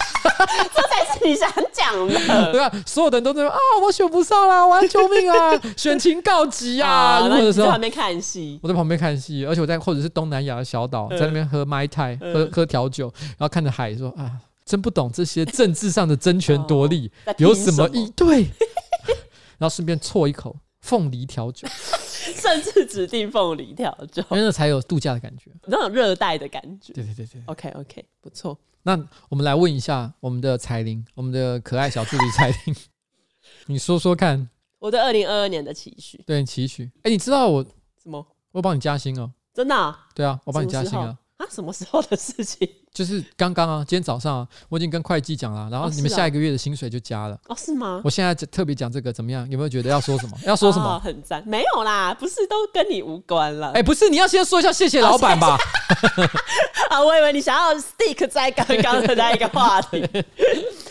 S1: 才是你想讲 的。
S2: 对吧？所有的人都在说啊，我选不上啦，我要救命啊， 选情告急啊！如
S1: 那
S2: 果
S1: 你
S2: 的时
S1: 在
S2: 候
S1: 旁，边看戏，
S2: 我在旁边看戏，而且我在或者是东南亚的小岛，在那边喝麦泰，喝喝调酒，然后看着海说啊，真不懂这些政治上的争权夺利、
S1: 哦在拼
S2: 有什么
S1: 什么
S2: 意对， 然后顺便啜一口凤梨调酒，
S1: 甚至指定凤梨调 酒，
S2: 因为那才有度假的感觉。
S1: 那种热带的感觉。
S2: 对对对对。
S1: OK OK，不错。
S2: 那我们来问一下我们的彩铃，我们的可爱小助理彩铃， 你说说看，
S1: 我对二零二二年的期许，
S2: 对你期许？哎、你知道我
S1: 什么？
S2: 我帮你加薪哦，
S1: 真的啊？
S2: 对啊，我帮你加薪
S1: 什么
S2: 啊
S1: 时。候啊？什么时候的事情？
S2: 就是刚刚啊，今天早上啊，我已经跟会计讲了，然后
S1: 哦
S2: 你们
S1: 是啊
S2: 下一个月的薪水就加了。
S1: 哦，是吗？
S2: 我现在特别讲这个怎么样？有没有觉得要说什么？ 要说什
S1: 哦
S2: 么？
S1: 很赞，没有啦，不是都跟你无关了。
S2: 哎、不是，你要先说一下谢谢老板吧。
S1: 啊，我以为你想要 stick 在刚刚的那一个话题。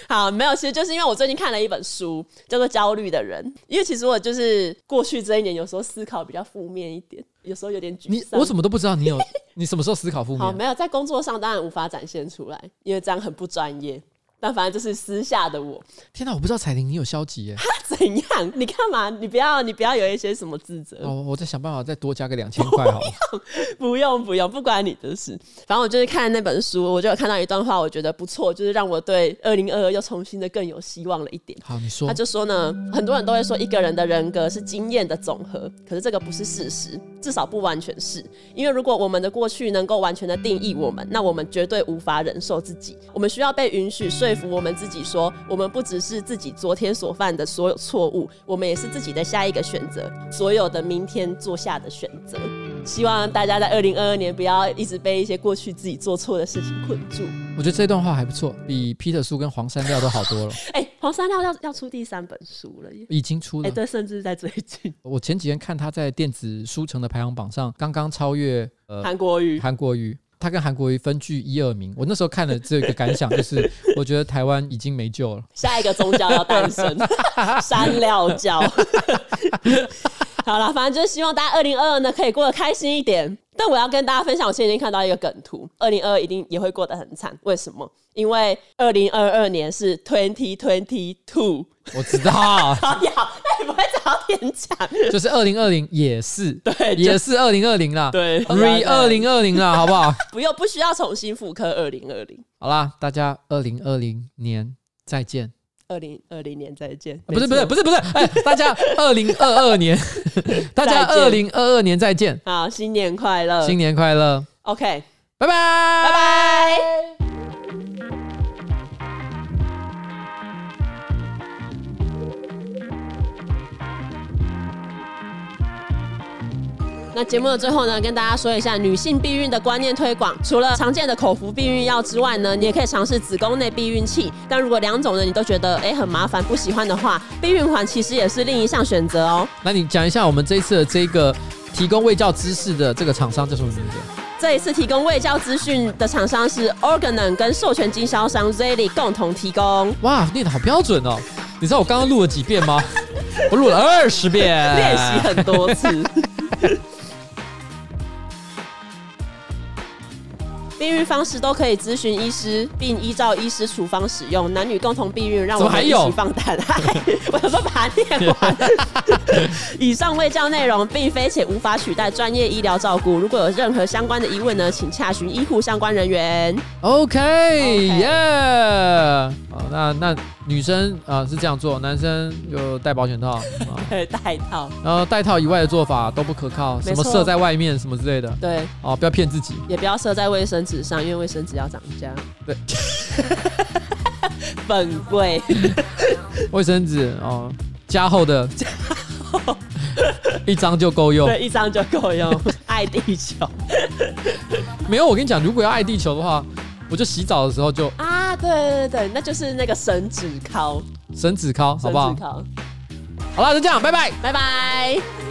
S1: 好，没有，其实就是因为我最近看了一本书，叫做《焦虑的人》，因为其实我就是过去这一年，有时候思考比较负面一点，有时候有点沮
S2: 你
S1: 丧。
S2: 我怎么都不知道你有 你什么时候思考负
S1: 好，
S2: 面？
S1: 没有在工作上当然无法展现出来，因为这样很不专业。但反正就是私下的我，
S2: 天哪，我不知道彩玲你有消极耶。
S1: 怎样？你干嘛？你不要，你不要有一些什么自责。
S2: 哦，我再想办法再多加个两千块 好了。
S1: 不用不用，不关你的事。反正我就是看那本书，我就有看到一段话，我觉得不错，就是让我对二零二二又重新的更有希望了一点。
S2: 好，你说
S1: 他。就说呢，很多人都会说一个人的人格是经验的总和，可是这个不是事实，至少不完全是。因为如果我们的过去能够完全的定义我们，那我们绝对无法忍受自己。我们需要被允许说服我们自己说，我们不只是自己昨天所犯的所有错误，我们也是自己的下一个选择，所有的明天做下的选择。希望大家在二零二二年不要一直被一些过去自己做错的事情困住。
S2: 我觉得这段话还不错，比 Peter 叔跟黄山料都好多 了，
S1: 哎、黄山料要要出第三本书了耶！
S2: 已经出
S1: 哎、
S2: 了。
S1: 对，甚至在最近
S2: 我前几天看他在电子书城的排行榜上，刚刚超越呃
S1: 韩国瑜。
S2: 韩国瑜，他跟韩国瑜分居一二名。我那时候看了只有一个感想，就是我觉得台湾已经没救了。
S1: 下一个宗教要诞 生，山料教。 好了，反正就是希望大家二零二二呢可以过得开心一点。但我要跟大家分享，我前几天看到一个梗图，二零二二一定也会过得很惨。为什么？因为二零二二年是 twenty twenty two，
S2: 我知道。
S1: 好呀，那你不会找到天讲？
S2: 就是二零二零也是，
S1: 对就
S2: 也是二零二零啦，
S1: 对
S2: ，re 二零二零啦，好不好？
S1: 不用，不需要重新复刻二零二零，
S2: 好啦，大家二零二零年再见，
S1: 二零二零年再见。
S2: 不是
S1: 没
S2: 不是
S1: 错
S2: 不是不是，哎、大家二零二 二年，大家二
S1: 再
S2: 零
S1: 见呃
S2: 二二年再见，
S1: 好，新年快乐。
S2: 新年快乐，
S1: OK，
S2: 拜拜
S1: 拜拜。那节目的最后呢，跟大家说一下女性避孕的观念推广。除了常见的口服避孕药之外呢，你也可以尝试子宫内避孕器。但如果两种呢你都觉得哎很麻烦不喜欢的话，避孕环其实也是另一项选择哦。
S2: 那你讲一下我们这一次的这个提供卫教知识的这个厂商叫什么名字？
S1: 这一次提供卫教资讯的厂商是 Organon 跟授权经销商 Zelly 共同提供。
S2: 哇，念的好标准哦！你知道我刚刚录了几遍吗？我录了二十遍，
S1: 练习很多 次。避孕方式都可以咨询医师，并依照医师处方使用，男女共同避孕，让我
S2: 怎么还
S1: 们一
S2: 有
S1: 起放胆爱。 我有时候把它念 完。以上卫教内容并非且无法取代专业医疗照顾，如果有任何相关的疑问呢，请洽询医护相关人员。
S2: OK，耶！好，那那女生啊、是这样做，男生就戴保险套啊、
S1: 呃，带套，
S2: 然后戴套以外的做法都不可靠，什
S1: 没
S2: 么
S1: 错
S2: 射在外面什么之类的
S1: 对，
S2: 哦，不要骗自己。
S1: 也不要射在卫生纸上，因为卫生纸要涨价。
S2: 对，
S1: 本贵。
S2: 卫生纸哦，加 厚的，一张就够用。
S1: 对，一张就够 用，爱地球
S2: 没有，我跟你讲，如果要爱地球的话，我就洗澡的时候就
S1: 啊！对对对，那就是那个神指靠，
S2: 绳子敲，好
S1: 神
S2: 不好
S1: 指？靠，
S2: 好了，就这样，拜拜。
S1: 拜拜。